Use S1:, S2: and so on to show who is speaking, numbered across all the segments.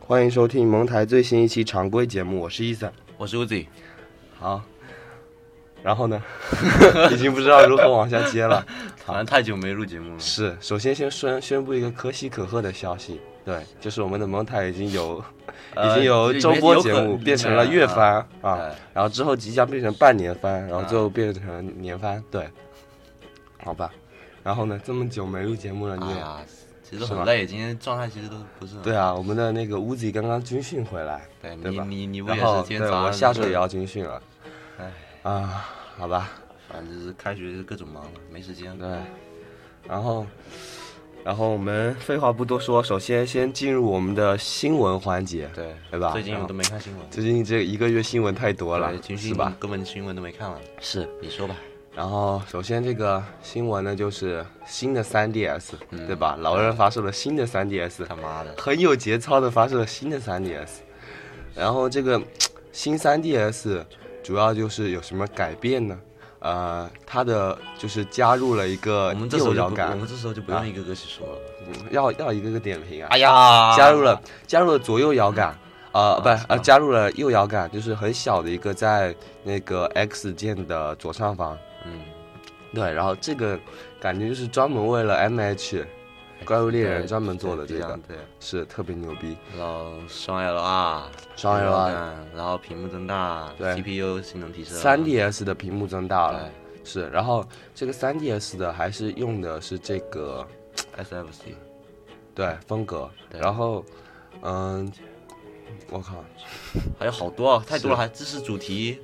S1: 欢迎收听蒙台最新一期常规节目，我是伊森。
S2: 我是 Uzi，
S1: 好，然后呢， 已经不知道如何往下接了。
S2: 好像太久没录节目了。
S1: 是，首先先宣宣布一个可喜可贺的消息，对，就是我们的蒙台已经有、已
S2: 呃
S1: 经由周播节
S2: 有
S1: 目
S2: 可
S1: 变成了月番啊
S2: 哎
S1: 然后之后即将变成半年番，然后
S2: 啊
S1: 最后变成年
S2: 嗯
S1: 番，对，好吧。然后呢，这么久没录节目了，你
S2: 哎
S1: 也、
S2: 呀，嗯其实
S1: 是吧
S2: 很累，今天状态其实都不是很
S1: 对啊，我们的那个乌子刚刚军训回来，
S2: 对
S1: 对
S2: 你
S1: 吧
S2: 你你不
S1: 然
S2: 也是
S1: 后
S2: 今天
S1: 对
S2: 早上
S1: 我下周也要军训了，
S2: 哎
S1: 啊，好吧，
S2: 反正就是开学就各种忙了，没时间。
S1: 对，然后，然后我们废话不多说，首先先进入我们的新闻环节。
S2: 对
S1: 对吧
S2: 最近我都没看新闻，
S1: 最近这一个月新闻太多了
S2: 对，军
S1: 是
S2: 训
S1: 吧？
S2: 根本新闻都没看完。
S1: 是。
S2: 你说吧，
S1: 然后，首先这个新闻呢，就是新的 3DS，、对
S2: 嗯
S1: 吧？老人发售了新的 3DS，
S2: 他妈的，
S1: 很有节操的发售了新的 3DS。然后这个新 3DS 主要就是有什么改变呢？呃，它的就是加入了一个
S2: 我们这时候
S1: 右
S2: 就
S1: 摇
S2: 不
S1: 杆
S2: 我，们这时候就不
S1: 啊
S2: 用一个个去说了。
S1: 嗯要要一个个点评啊。
S2: 哎呀，
S1: 加入了加入了左右摇杆，啊、不是
S2: 是
S1: 呃
S2: 吗
S1: 加入了右摇杆，就是很小的一个在那个 X 键的左上方。
S2: 嗯，
S1: 对，然后这个感觉就是专门为了 MH 怪物猎人
S2: 对
S1: 专门做的这
S2: 对
S1: 个，
S2: 对，
S1: 是特别牛逼。
S2: 然后双 L 啊，
S1: 双 L 啊
S2: 啊，然后屏幕增大
S1: 对
S2: ，CPU 性能提升，
S1: 3DS 的屏幕增大了
S2: 啊对，
S1: 是，然后这个 3DS 的还是用的是这个
S2: SFC，
S1: 对风格，
S2: 对
S1: 然后嗯，我靠，
S2: 还有好多啊，太多了，
S1: 是
S2: 还知识主题，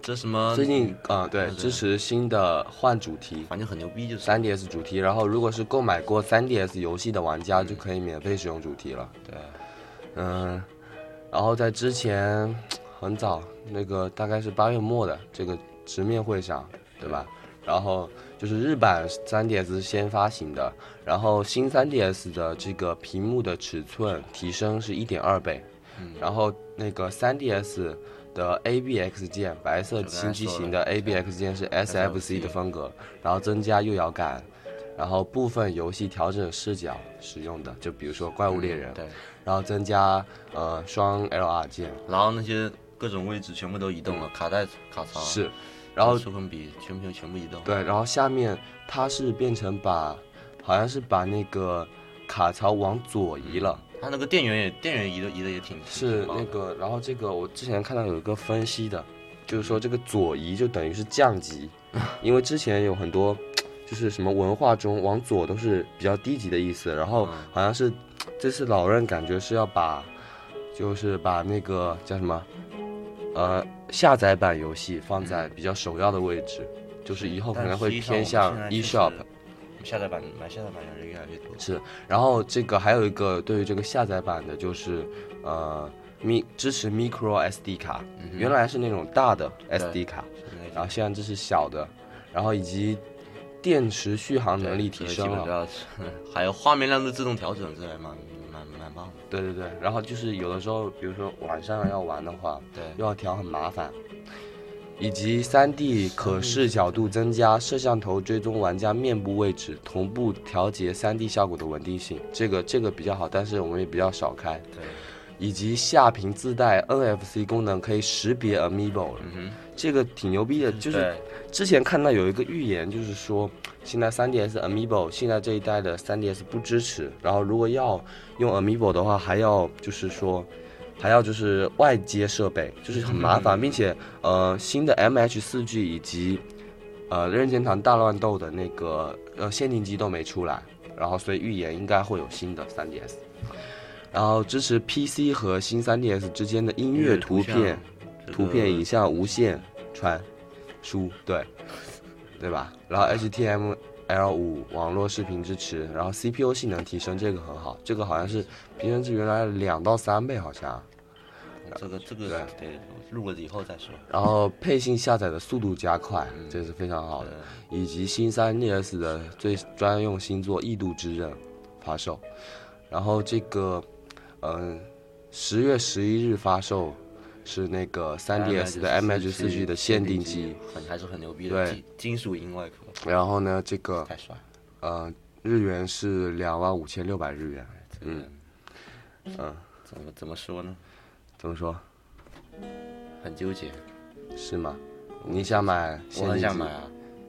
S2: 这什么
S1: 最近啊、对
S2: 嗯对
S1: 支持新的换主题，
S2: 反正很牛逼，就是。
S1: 3DS 主题，然后如果是购买过 3DS 游戏的玩家，就可以免费使用主题了。
S2: 对，
S1: 嗯，然后在之前很早，那个大概是八月末的这个直面会上，对吧？然后就是日版 3DS 是先发行的，然后新 3DS 的这个屏幕的尺寸提升是一点二倍，然后那个 3DS 的 ABX 键，白色
S2: 就刚才
S1: 新机
S2: 说
S1: 型
S2: 了
S1: 的 ABX 键是 SFC 的风格，然后增加右摇杆，然后部分游戏调整视角使用的，就比如说《怪物猎人》
S2: 对，
S1: 然后增加呃双 LR 键
S2: 然后那些各种位置全部都移动了，卡带、卡
S1: 嗯
S2: 槽，啊
S1: 是，然后
S2: 触控笔全部全部移动。
S1: 对，然后下面它是变成把好像是把那个卡槽往左移了，
S2: 它那个电源也电源移的移的也挺
S1: 是
S2: 挺棒
S1: 那
S2: 的
S1: 个，然后这个我之前看到有一个分析的，就是说这个左移就等于是降 级，因为之前有很多就是什么文化中往左都是比较低级的意思，然后
S2: 嗯
S1: 好像是这次老任感觉是要把就是把那个叫什么呃下载版游戏放在比较首要的位置，就是以后可
S2: 嗯但
S1: 能会
S2: 实际上
S1: 偏
S2: 我
S1: 向
S2: 们
S1: e
S2: 现在确
S1: shop
S2: 实下载版买下载版的人越来越多。
S1: 是，然后这个还有一个对于这个下载版的，就是呃咪支持 micro SD 卡，原来是那种大的 SD 卡，
S2: 那
S1: 然后现在这是小的，然后以及电池续航能力提升啊了，
S2: 了， 还有画面亮度自动调整，这还蛮蛮蛮棒的。
S1: 对对对，然后就是有的时候，比如说晚上要玩的话，
S2: 对
S1: 又要调很麻烦，以及 3D 可视角度增加，摄像头追踪玩家面部位置，同步调节 3D 效果的稳定性，这个这个比较好，但是我们也比较少开。
S2: 对，
S1: 以及下屏自带 NFC 功能，可以识别 Amiibo 了，
S2: 嗯
S1: 这个挺牛逼的。
S2: 哼，
S1: 就是
S2: 对
S1: 之前看到有一个预言，就是说现在 3DS Amiibo 现在这一代的 3DS 不支持，然后如果要用 Amiibo 的话，还要就是说。还要就是外接设备，就是很麻烦，并且呃，新的 MH 四 G 以及呃任天堂大乱斗的那个呃限定机都没出来，然后所以预言应该会有新的 3DS，然后支持 PC 和新 3DS 之间的音乐、图片、图片、影像无线传输，对，对吧？然后 HTML 五网络视频支持，然后 CPU 性能提升，这个很好，这个好像是平均值原来两到三倍，好像。
S2: 啊这个这个得录了以后再说。
S1: 然后配信下载的速度加快，这是非常好的，以及新 3DS 的最专用新作《异度之刃》发售，然后这个，嗯，十月十一日发售是那个 3DS 的 MH 四 G 的限定机，，
S2: 很还是很牛逼
S1: 对
S2: 的，金金属银外壳
S1: 然后呢，这个
S2: 太帅了。
S1: 呃日元是两万五千六百日元，
S2: 嗯，嗯，怎么怎么说呢？
S1: 怎么说？
S2: 很纠结，
S1: 是吗？你想买？
S2: 我很想买，啊，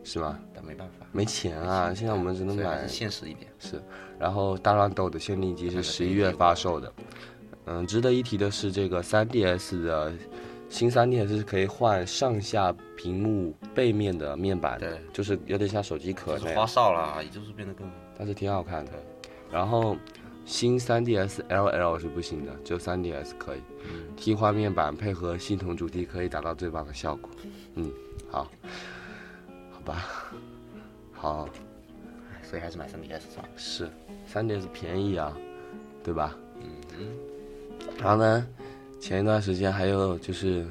S1: 是吗？
S2: 但没办法，
S1: 没钱啊！现在我们只能
S2: 所以还
S1: 买
S2: 是现实一点。
S1: 是，
S2: 啊
S1: 然后大乱斗的限定机是十一月发售的。嗯，值得一提的是，这个 3DS 的新 3DS 是可以换上下屏幕背面的面板的
S2: 对，
S1: 就是有点像手机壳
S2: 就
S1: 那
S2: 是
S1: 样
S2: 花，哨啦，也就是变得更
S1: 但是挺好看的。然后新 3DS LL 是不行的，只有 3DS 可以。
S2: 嗯
S1: 替换面板配合系统主题，可以达到最棒的效果。嗯，好，好吧，好。
S2: 所以还是买 3DS 算了。
S1: 是，三 DS 便宜啊，对吧？嗯。然后呢，前一段时间还有就是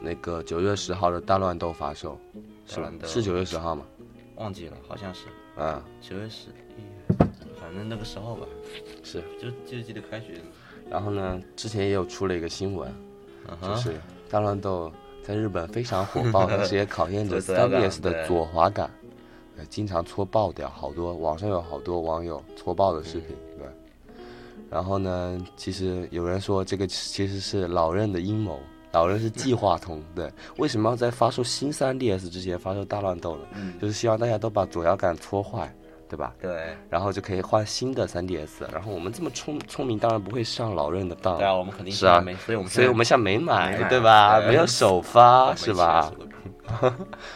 S1: 那个九月十号的大乱斗发售，是
S2: 大
S1: 吧
S2: 乱？斗
S1: 是九月十号吗？
S2: 忘记了，好像是
S1: 嗯，
S2: 九月十一，反正那个时候吧，
S1: 是。
S2: 就就记得开学，
S1: 然后呢，之前也有出了一个新闻，
S2: 嗯
S1: 就
S2: 哼，
S1: 是大乱斗在日本非常火爆，但是也考验着
S2: 左摇
S1: 三
S2: 杆
S1: DS 的
S2: 对
S1: 左滑感，呃，经常搓爆掉，好多网上有好多网友搓爆的视频，对。然后呢，其实有人说这个其实是老任的阴谋，老任是计划通，对。为什么要在发售新 3DS 之前发售大乱斗呢？就是希望大家都把左摇杆搓坏，对吧？
S2: 对，
S1: 然后就可以换新的 3DS。然后我们这么聪聪明，当然不会上老任的当。
S2: 对啊，我们肯定
S1: 是啊
S2: 没，所以我们啊
S1: 所以我们现在没
S2: 没
S1: 买，
S2: 买
S1: 对吧？
S2: 对
S1: 没有首发
S2: 现在
S1: 是吧
S2: 我？们其实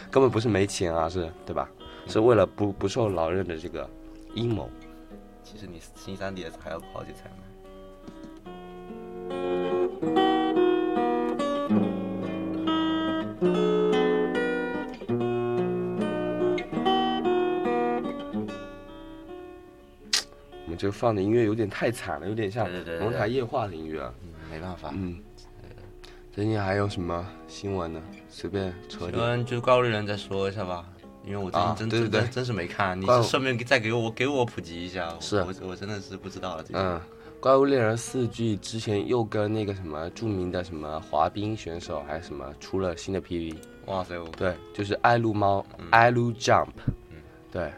S1: 根本不是没钱啊，是对吧？是为了不不受老任的这个阴谋。
S2: 其实你新 3DS 还要过好久才买。
S1: 我们这个放的音乐有点太惨了，有点像
S2: 对对对对
S1: 蒙台夜话的音乐啊。
S2: 嗯，没办法。
S1: 嗯，最近还有什么新闻呢？随便扯点。
S2: 跟就怪物猎人再说一下吧，因为我最
S1: 啊
S2: 近真
S1: 对
S2: 真
S1: 对对
S2: 真真是没看，你
S1: 怪物
S2: 顺便再给我给我普及一下，我
S1: 是
S2: 我我真的是不知道了。这个
S1: 嗯，《怪物猎人四 G》之前又跟那个什么著名的什么滑冰选手还是什么出了新的 PV，
S2: 哇塞，我
S1: 对，就是爱撸猫，
S2: 嗯
S1: 爱撸 jump，对，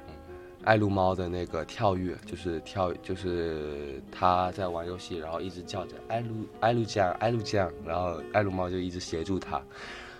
S1: 爱撸猫的那个跳跃，就是跳，就是他在玩游戏，然后一直叫着爱撸爱撸酱爱撸酱，然后爱撸猫就一直协助他。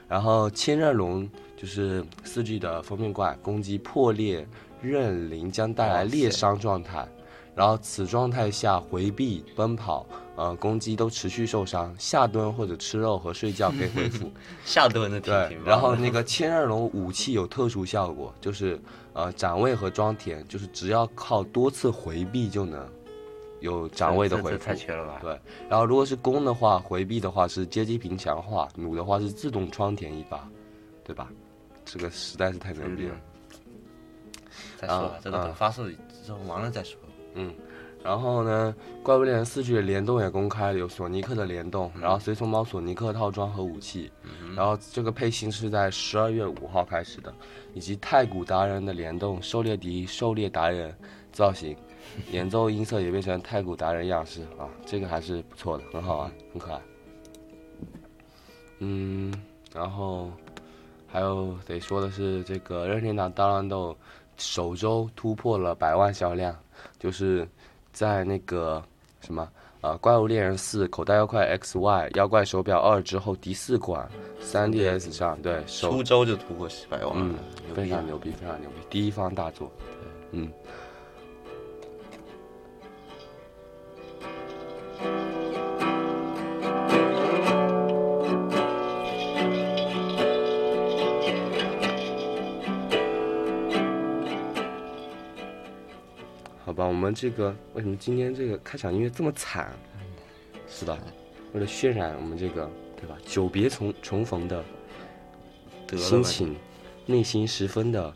S1: 然后千仞龙就是四 G 的封面怪，攻击破裂刃灵将带来
S2: 哇塞
S1: 裂伤状态，然后此状态下回避、奔跑、呃攻击都持续受伤，下蹲或者吃肉和睡觉可以恢复，
S2: 下蹲的挺
S1: 对
S2: 挺，棒的
S1: 然后那个千仞龙武器有特殊效果，就是呃展位和装填，就是只要靠多次回避就能有展位的
S2: 这这
S1: 回
S2: 这
S1: 复
S2: 太。缺了吧？
S1: 对，然后如果是攻的话，回避的话是接近平强化，弩的话是自动窗填一发，对吧？这个实在是太牛逼了。
S2: 嗯再说吧
S1: 啊，
S2: 这个
S1: 啊
S2: 等发售之后完了再说。
S1: 然后呢，怪物猎人四 G 的联动也公开了，有索尼克的联动，
S2: 嗯
S1: 然后随从猫索尼克套装和武器，然后这个配信是在十二月五号开始的，以及太古达人的联动，狩猎敌狩猎达人造型，演奏音色也变成太古达人样式啊，这个还是不错的，很好玩，很可爱。嗯，然后还有得说的是，这个任天堂大乱斗首周突破了百万销量，就是在那个什么呃《怪物猎人四》《口袋妖怪 XY》《妖怪手表二》之后第四款 3DS 上，对首
S2: 初周就突破十百万
S1: 嗯
S2: 了，牛
S1: 非
S2: 逼啊
S1: 常！牛逼，非常牛逼，第一方大作，嗯。好吧，我们这个为什么今天这个开场音乐这么惨？
S2: 嗯
S1: 是吧？为了渲染我们这个对吧？久别重重逢的
S2: 得了
S1: 心
S2: 吧，
S1: 情，内心十分的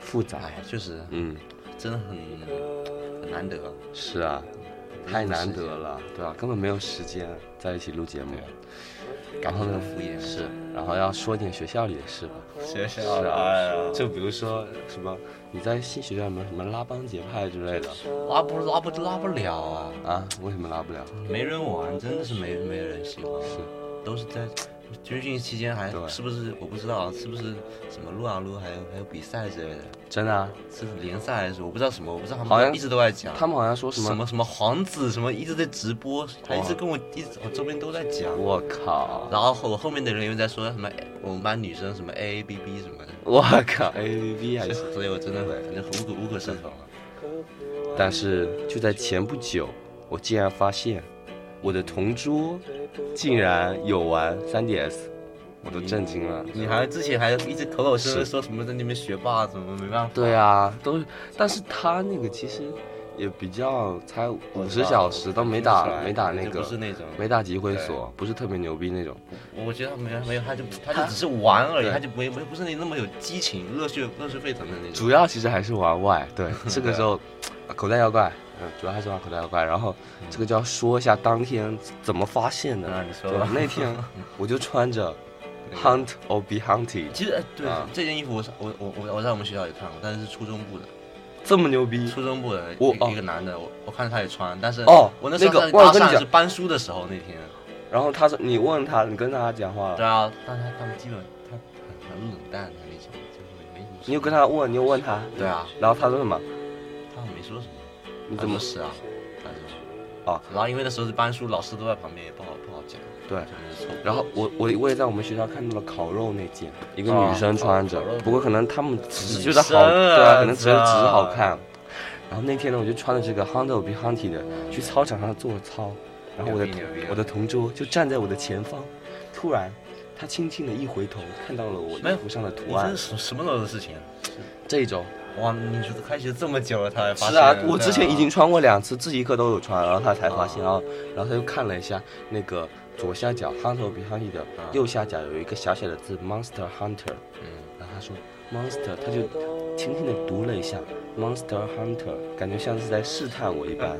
S1: 复杂。
S2: 哎，确实
S1: 嗯，
S2: 真的很很难得，
S1: 是啊，太难得
S2: 时间
S1: 了，对吧？根本没有时间在一起录节目。
S2: 感觉敷衍。
S1: 是，然后要说点学校里的事吧，
S2: 学校
S1: 是
S2: 的，
S1: 啊
S2: 哎呀，
S1: 就比如说什么你在新学校有没有什么拉帮结派之类的
S2: 拉不拉不拉不了啊！
S1: 啊？为什么拉不了？
S2: 没人玩，真的是没没人喜欢，
S1: 是
S2: 都是在军训期间还
S1: 对
S2: 是不是我不知道啊，是不是什么撸啊撸，还有还有比赛之类的，
S1: 真的、啊，
S2: 是联赛还是我不知道什么，我不知道他
S1: 好
S2: 们
S1: 像
S2: 一直都在讲
S1: 他们好像说什么
S2: 什么什么皇子什么一直在直播，他一直跟我一直我周边都在讲，
S1: 我靠，
S2: 然后我后面的人又在说什么我们班女生什么 A A B B 什么的，
S1: 我靠，A P P 还是。
S2: 哎所以我真的反正无可无可胜从啊了。
S1: 但是就在前不久，我竟然发现我的同桌竟然有玩 3DS，我都震惊了。
S2: 你还之前还一直口口声声
S1: 是
S2: 说什么在那边学霸，怎么没办法？
S1: 对啊，都，但是他那个其实也比较才五十小时，都没打
S2: 听不出来
S1: 没打那
S2: 就
S1: 个
S2: 不是那种，
S1: 没打集会所，不是特别牛逼那种。
S2: 我觉得他没有没有，他就他就只是玩而已，
S1: 对
S2: 他就不会不不是那那么有激情、热血热血沸腾的那种。
S1: 主要其实还是玩外， 对，这个时候呃口袋妖怪，嗯，主要还是玩口袋妖怪。然后这个就要说一下当天怎么发现的，
S2: 啊你说
S1: 对吧
S2: 吧？
S1: 那天我就穿着 hunt or be hunted，
S2: 其实呃对
S1: 啊
S2: 这件衣服我是，我我我我在我们学校也看过，但是是初中部的，
S1: 这么牛逼，
S2: 初中部的一
S1: 我
S2: 个
S1: 哦
S2: 一个男的，我我看着他也穿，但是
S1: 哦
S2: 我那时候
S1: 那个
S2: 在
S1: 忘了
S2: 搭
S1: 跟你
S2: 讪
S1: 讲啊
S2: 是搬书的时候那天，
S1: 然后他说你问他，你跟他讲话了，
S2: 对啊，但他他们基本他很很冷淡的那种，就是没什么。
S1: 你又跟？他问，你又问他，
S2: 对啊，
S1: 然后他说什么？
S2: 他好像没说什么。
S1: 你怎么
S2: 他说是啊？他说是
S1: 哦，
S2: 然后因为那时候是搬书，老师都在旁边，也不好不好讲，
S1: 对
S2: 就是错过
S1: 然后我我我也在我们学校看到了烤肉那件，一个
S2: 哦
S1: 女生穿着
S2: 烤肉，
S1: 不过可能他们只是觉得
S2: 女生
S1: 好，对啊，可能只是
S2: 啊
S1: 只是好看。然后那天呢，我就穿着这个 Honda b e h u n t 的去操场上做操，然后我的
S2: 牛逼牛逼
S1: 我的同桌就站在我的前方，突然他轻轻的一回头，看到了我
S2: 没
S1: 衣
S2: 有
S1: 服上的
S2: 你
S1: 图
S2: 这
S1: 案
S2: 是。什什么时候的事情啊？
S1: 这一周
S2: 哇，你这开学这么久了，他才发现。
S1: 是啊，
S2: 对啊
S1: 我之前已经穿过两次，自习课都有穿，然后他才发现，然后然后他又看了一下那个左下角 Hunter b e h u n t 的
S2: 啊
S1: 右下角有一个小小的字 Monster Hunter。
S2: 嗯，
S1: 然后他说 monster，他就轻轻的读了一下 monster hunter，感觉像是在试探我一般，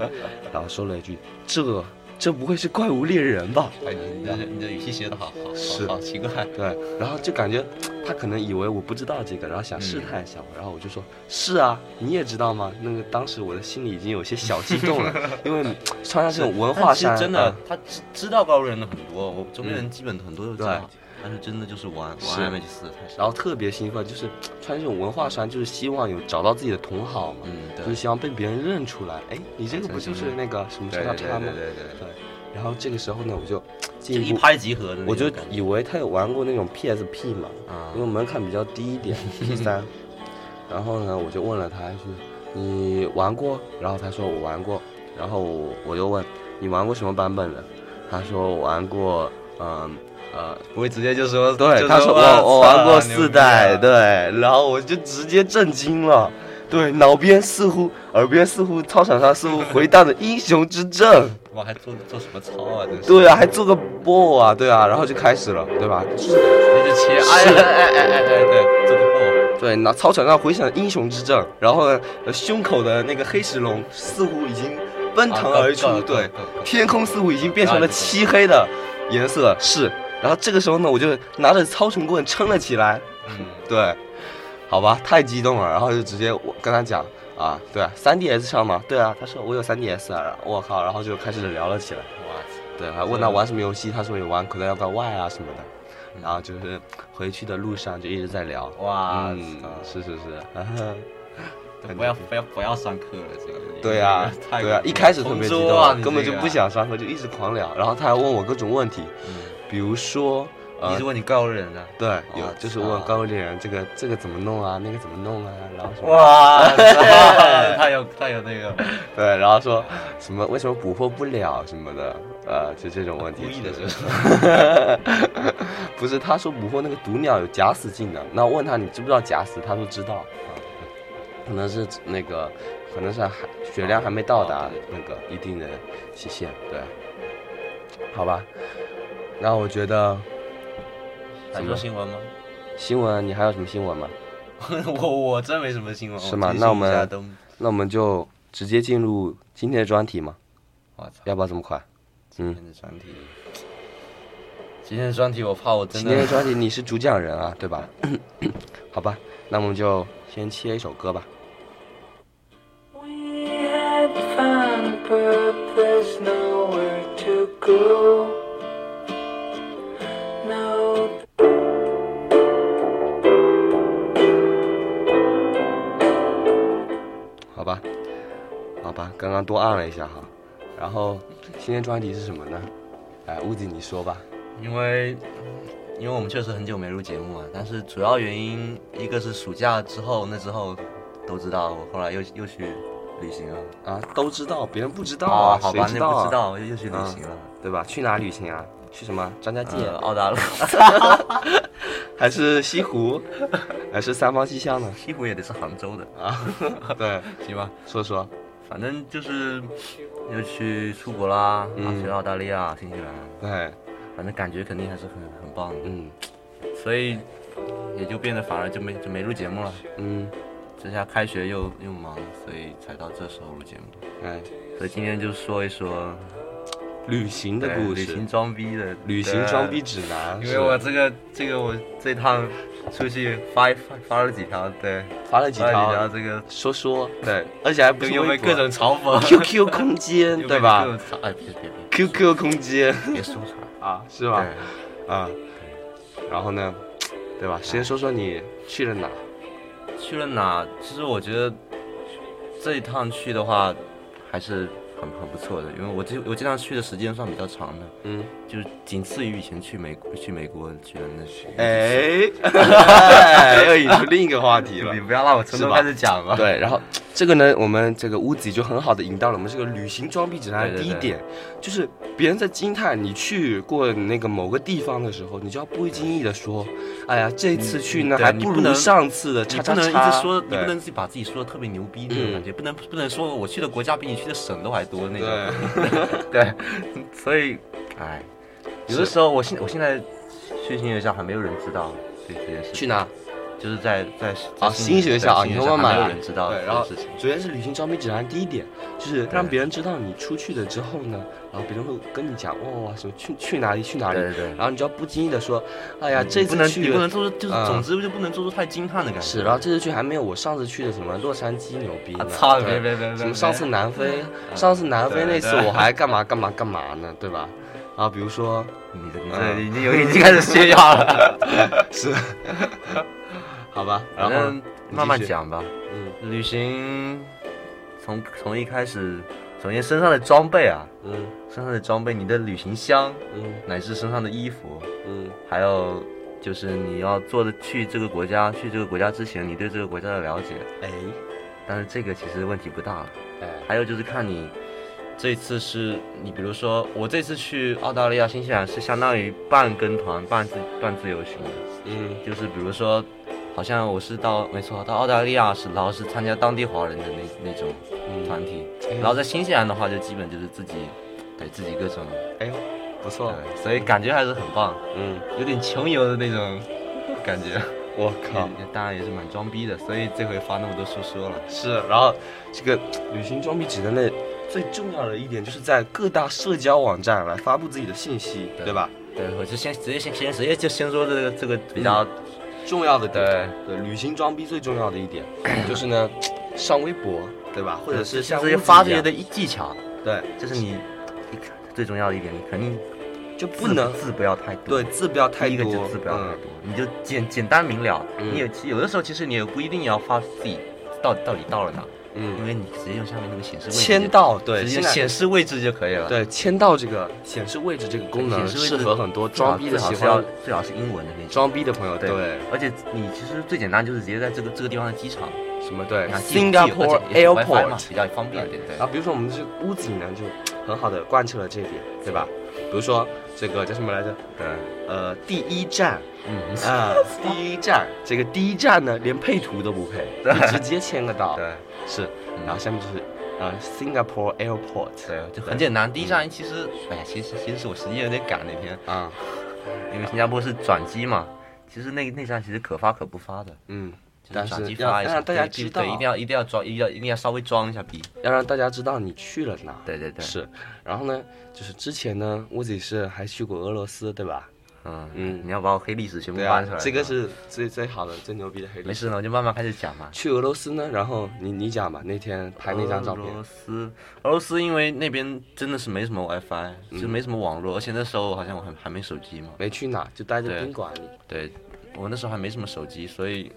S1: 然后说了一句：“这这不会是怪物猎人吧
S2: 哎，你你的你的语气写的好好
S1: 是
S2: 好好奇怪。？”
S1: 对，然后就感觉他可能以为我不知道这个，然后想
S2: 嗯
S1: 试探一下我，然后我就说：“是啊，你也知道吗？”那个当时我的心里已经有些小激动 了，因为穿上这种文化
S2: 但其
S1: 衫，
S2: 实真的
S1: 嗯，
S2: 他知知道高人的很多，我周边人基本很多都知道
S1: 对，
S2: 但是真的就是玩
S1: 是
S2: 玩 M H 四太少。
S1: 然后特别兴奋，就是穿这种文化衫，就是希望有找到自己的同好嘛。
S2: 嗯，
S1: 就是
S2: 对，
S1: 希望被别人认出来。哎，你这个不就是那个什么叉叉叉吗？
S2: 对对
S1: 对。然后这个时候呢，我就
S2: 就
S1: 进一
S2: 一
S1: 步，
S2: 拍即合的那
S1: 我就
S2: 种感觉。
S1: 以为他有玩过那种 PSP 嘛，
S2: 啊
S1: 因为门槛比较低一点 ，P 三。然后呢，我就问了他一句：“你玩过？”然后他说：“我玩过。”然后我又问：“你玩过什么版本的？”他说：“我玩过，嗯呃，
S2: 我会直接就说，
S1: 对，
S2: 就
S1: 他说
S2: 哇
S1: 我我
S2: 操
S1: 玩过
S2: 牛
S1: 四
S2: 逼啊
S1: 代，对，然后我就直接震惊了，对，脑边似乎，耳边似乎，操场上似 乎回荡着英雄之证，
S2: 我还做做什么操啊？真是，
S1: 对啊，还做个 b 啊，对啊，然后就开始了，对吧？就是
S2: 那就切，哎哎哎哎哎哎，对，做个
S1: 对，那操场上回响英雄之证，然后呢，呃胸口的那个黑石龙似乎已经奔
S2: 爆，
S1: 腾而出，
S2: 啊
S1: 对，，天空似乎已经变成了漆黑的颜色，是，然后这个时候呢，我就拿着操虫棍撑了起来。
S2: 嗯，
S1: 对，好吧，太激动了，然后就直接我跟他讲啊，对啊，3 DS 上嘛，对啊，他说我有3 DS 啊，我靠，然后就开始聊了起来，
S2: 哇塞，
S1: 对，还问他玩什么游戏，他说有玩口袋妖怪 Y 啊什么的，然后就是回去的路上就一直在聊，
S2: 哇
S1: 嗯，
S2: 塞，
S1: 是是是，
S2: 不要不要不要上课了，这个，
S1: 对啊，
S2: 太
S1: 对啊，一开始特别激
S2: 同
S1: 动，
S2: 桌啊你
S1: 根本
S2: 这
S1: 就
S2: 个
S1: 不想上课，就一直狂聊，然后他还问我各种问题，
S2: 嗯
S1: 比如说。
S2: 你
S1: 呃
S2: 是，问你高人啊？
S1: 对，有
S2: 哇
S1: 就是问
S2: 操
S1: 高丽人这个这个怎么弄啊，那个怎么弄啊，然后什么
S2: 哇， 他有他有那个
S1: 对，然后说什么为什么捕获不了什么的，呃，就这种问题。
S2: 故意的是
S1: 不
S2: 不
S1: 是？
S2: 是？
S1: 不是，他说捕获那个毒鸟有假死技能，那我问他你知不知道假死，他说知道，
S2: 啊
S1: 可能是那个，可能是还血量还没到达
S2: 哦对
S1: 那个一定的期限，对，好吧。那我觉得
S2: 还说新闻吗？
S1: 新闻，你还有什么新闻吗？
S2: 我我真没什么新闻，
S1: 是吗那我们
S2: 最近一下都，
S1: 那我们就直接进入今天的专题嘛，
S2: 我操，
S1: 要不要这么快？
S2: 今天的专题，今嗯天的专题我怕我真
S1: 今天的
S2: 的
S1: 专题你是主讲人啊，对吧？ 好吧，那我们就先切一首歌吧。
S3: We had fun, but there's nowhere to go. No
S1: 刚多按了一下哈。然后今天专题是什么呢？哎，屋子你说吧。
S2: 因为因为我们确实很久没录节目了，但是主要原因一个是暑假之后，那之后都知道，我后来又又去旅行了。
S1: 啊，都知道，别人不知道
S2: 啊
S1: 啊，
S2: 好
S1: 谁
S2: 吧，
S1: 知
S2: 那
S1: 道、
S2: 不知
S1: 啊？
S2: 道，我又又去旅行了。
S1: 对吧？去哪旅行啊？去什么？张家界、
S2: 呃 澳大利 亚，
S1: 还是西湖？ 还是三坊七巷呢？
S2: 西湖也得是杭州的，
S1: 对，
S2: 行吧？
S1: 说说。
S2: 反正就是又去出国啦，
S1: 嗯
S2: 啊，去澳大利亚、新西兰，
S1: 对，
S2: 反正感觉肯定还是很很棒的，
S1: 嗯
S2: 所以也就变得反而就没就没录节目了。
S1: 嗯，
S2: 这下开学又又忙，所以才到这时候录节目。
S1: 哎，
S2: 所以今天就说一说
S1: 旅行的
S2: 对
S1: 故
S2: 旅
S1: 事，
S2: 行装逼的
S1: 旅行装逼，指南。
S2: 对因
S1: 是
S2: 为我这个这个我这趟出去发发发了几条，对，
S1: 发了几
S2: 发了几条
S1: 条，
S2: 这个
S1: 说说，对，而且还不
S2: 就是又
S1: 微
S2: 被
S1: 博
S2: 各 种嘲讽，
S1: QQ 空间，对
S2: 又
S1: 吧
S2: 被各种嘲？哎，别别别
S1: ？QQ 空间
S2: 别说出 来，
S1: 啊，是吧？
S2: 对，
S1: 啊，然后呢，对吧？先说说你去了哪？
S2: 去了哪？其实我觉得这一趟去的话还是很很不错的，因为我这我这趟去的时间算比较长的，
S1: 嗯，
S2: 就是仅次于以前去美去美国去的那些。
S1: 哎，哎又 引出另一个话题了
S2: 你。不要让我从
S1: 是
S2: 头
S1: 吧
S2: 开始讲了。
S1: 对，然后这个呢，我们这个屋子就很好的引到了我们这个旅行装逼指南的
S2: 对
S1: 第
S2: 对
S1: 一
S2: 对
S1: 点，就是别人在惊叹你去过那个某个地方的时候，你就要不经意的说，哎呀，这次去呢
S2: 对
S1: 还
S2: 你
S1: 不
S2: 不
S1: 如
S2: 能
S1: 上次的
S2: 你
S1: 叉
S2: 不
S1: 叉
S2: 能一
S1: 叉。
S2: 直说，你
S1: 对
S2: 不能自己把自己说的特别牛逼那种感觉，不能不能说我去的国家比你去的省都还多那种。
S1: 对，
S2: 对，所以，哎，有的
S1: 是
S2: 时候我现我现在去新学校还没有人知道这这件事，
S1: 去哪？
S2: 就是在在
S1: 啊，
S2: 在
S1: 新学校啊，
S2: 对
S1: 你
S2: 新
S1: 慢
S2: 学校
S1: 慢
S2: 还
S1: 买
S2: 没
S1: 啊。
S2: 有人知道
S1: 对，
S2: 这
S1: 然
S2: 件
S1: 后
S2: 事情。
S1: 首先是旅行装逼指南第一点，就是让别人知道你出去了之后呢，然后别人会跟你讲，哇、什么去去哪里去哪
S2: 对
S1: 里，
S2: 对对。
S1: 然后你就要不经意的说，哎呀，这
S2: 你不
S1: 次
S2: 能，
S1: 去
S2: 你不能做出，就是
S1: 嗯
S2: 总之就不能做出太惊叹的感觉。
S1: 是，然后这次去还没有我上次去的什么洛杉矶牛逼
S2: 啊
S1: 呢。
S2: 操，
S1: 对
S2: 别别别别，
S1: 什么
S2: 别
S1: 上次南非，上次南非
S2: 嗯对
S1: 那次
S2: 对
S1: 我还干嘛干嘛干嘛呢，对吧？啊，比如说
S2: 你这你
S1: 嗯
S2: 这已经有已经开始炫耀了。
S1: 是，好吧，然
S2: 反
S1: 后
S2: 正慢慢
S1: 你继续
S2: 讲吧。
S1: 嗯
S2: 旅行从从一开始，首先身上的装备啊，
S1: 嗯
S2: 身上的装备，你的旅行箱，
S1: 嗯
S2: 乃至身上的衣服，
S1: 嗯
S2: 还有就是你要做的去这个国家，去这个国家之前，你对这个国家的了解。
S1: 哎
S2: 但是这个其实问题不大了。
S1: 哎
S2: 还有就是看你这次是你，比如说我这次去澳大利亚、新西兰是相当于半跟团、半自半自由行的。
S1: 嗯
S2: 就是比如说，好像我是到没错，到澳大利亚是，然后是参加当地华人的那那种
S1: 嗯
S2: 团体，然后在新西兰的话就基本就是自己，对自己各种，
S1: 哎呦不错，
S2: 对，所以感觉还是很棒，
S1: 嗯，
S2: 有点穷游的那种感 觉，
S1: 我靠。
S2: 也当然也是蛮装逼的，所以这回发那么多书说了，
S1: 是，然后这个旅行装逼指南的最重要的一点就是在各大社交网站来发布自己的信息，
S2: 对
S1: 对吧？
S2: 对，我就先直接先先直接就先说这个这个比较，
S1: 重要的点，对旅行装逼最重要的一点就是呢，上微博，对吧？或者是像
S2: 这些
S1: 屋子
S2: 发
S1: 一
S2: 这些
S1: 样
S2: 的一技巧，
S1: 对，
S2: 就是你，你看最重要的一点，你肯定
S1: 就
S2: 字
S1: 不能
S2: 字不要太多，
S1: 对字不要
S2: 第
S1: 太
S2: 一个就
S1: 多，
S2: 字不要太多，你就简简单明了。
S1: 嗯
S2: 你有其有的时候其实你也不一定要发自己到到底到了哪，
S1: 嗯
S2: 因
S1: 嗯，
S2: 为你直接用下面那个显示位置就，
S1: 签到对，
S2: 直接
S1: 现在
S2: 显示位置就可以了。
S1: 对签到这个显示位置这个功能
S2: 显示位
S1: 适
S2: 置
S1: 合很多
S2: 最好，
S1: 装逼的
S2: 最好
S1: 喜
S2: 是要
S1: 欢
S2: 最好是英文的那种。
S1: 装逼的朋友，
S2: 对
S1: 对
S2: 而且你其实最简单就是直接在这个这个地方的机场，
S1: 什么对
S2: 你看既有既有而
S1: Singapore
S2: 且也有 WiFi 嘛
S1: Airport
S2: 比较方便一点。
S1: 然后
S2: 对，
S1: 比如说我们这屋子里呢，就很好的贯彻了这一点，对吧？比如说这个叫什么来着？
S2: 对，
S1: 呃，第一站
S2: 嗯，
S1: 啊、第一站，这个第一站呢，连配图都不配，就直接签个到，
S2: 对
S1: 是。
S2: 嗯
S1: 然后下面就是呃，Singapore Airport，
S2: 对，就很简单。第一站其实，哎呀，其实其实是我时间有点赶那天，
S1: 啊，
S2: 因为新加坡是转机嘛。其实那那站其实可发可不发的。
S1: 嗯，
S2: 但
S1: 但
S2: 是
S1: 是
S2: 要
S1: 要
S2: 让
S1: 让
S2: 大
S1: 大
S2: 家
S1: 家
S2: 知
S1: 知
S2: 道，
S1: 道，
S2: 对一定要一定要装，一定要一定要稍微装一下逼。
S1: 要让大家知道你去了哪。
S2: 对对对，
S1: 是，然后呢，就是之前呢，屋子里是还去过俄罗斯，对吧？
S2: 嗯嗯
S1: 嗯，
S2: 你要把我黑历史全部
S1: 对
S2: 搬
S1: 啊
S2: 出来。，
S1: 这个是最最好的、最牛逼的黑历
S2: 没
S1: 史。
S2: 事呢，我就慢慢开始讲嘛。
S1: 去俄罗斯呢，然后你你讲吧，那天拍那张照
S2: 俄罗
S1: 片，
S2: 斯，俄罗斯因为那边真的是没什么 WiFi，就
S1: 嗯
S2: 没什么网络，而且那时候好像我还还没手机嘛。
S1: 没去哪，就待在
S2: 对
S1: 宾馆里。
S2: 对，我那时候还没什么手机，所以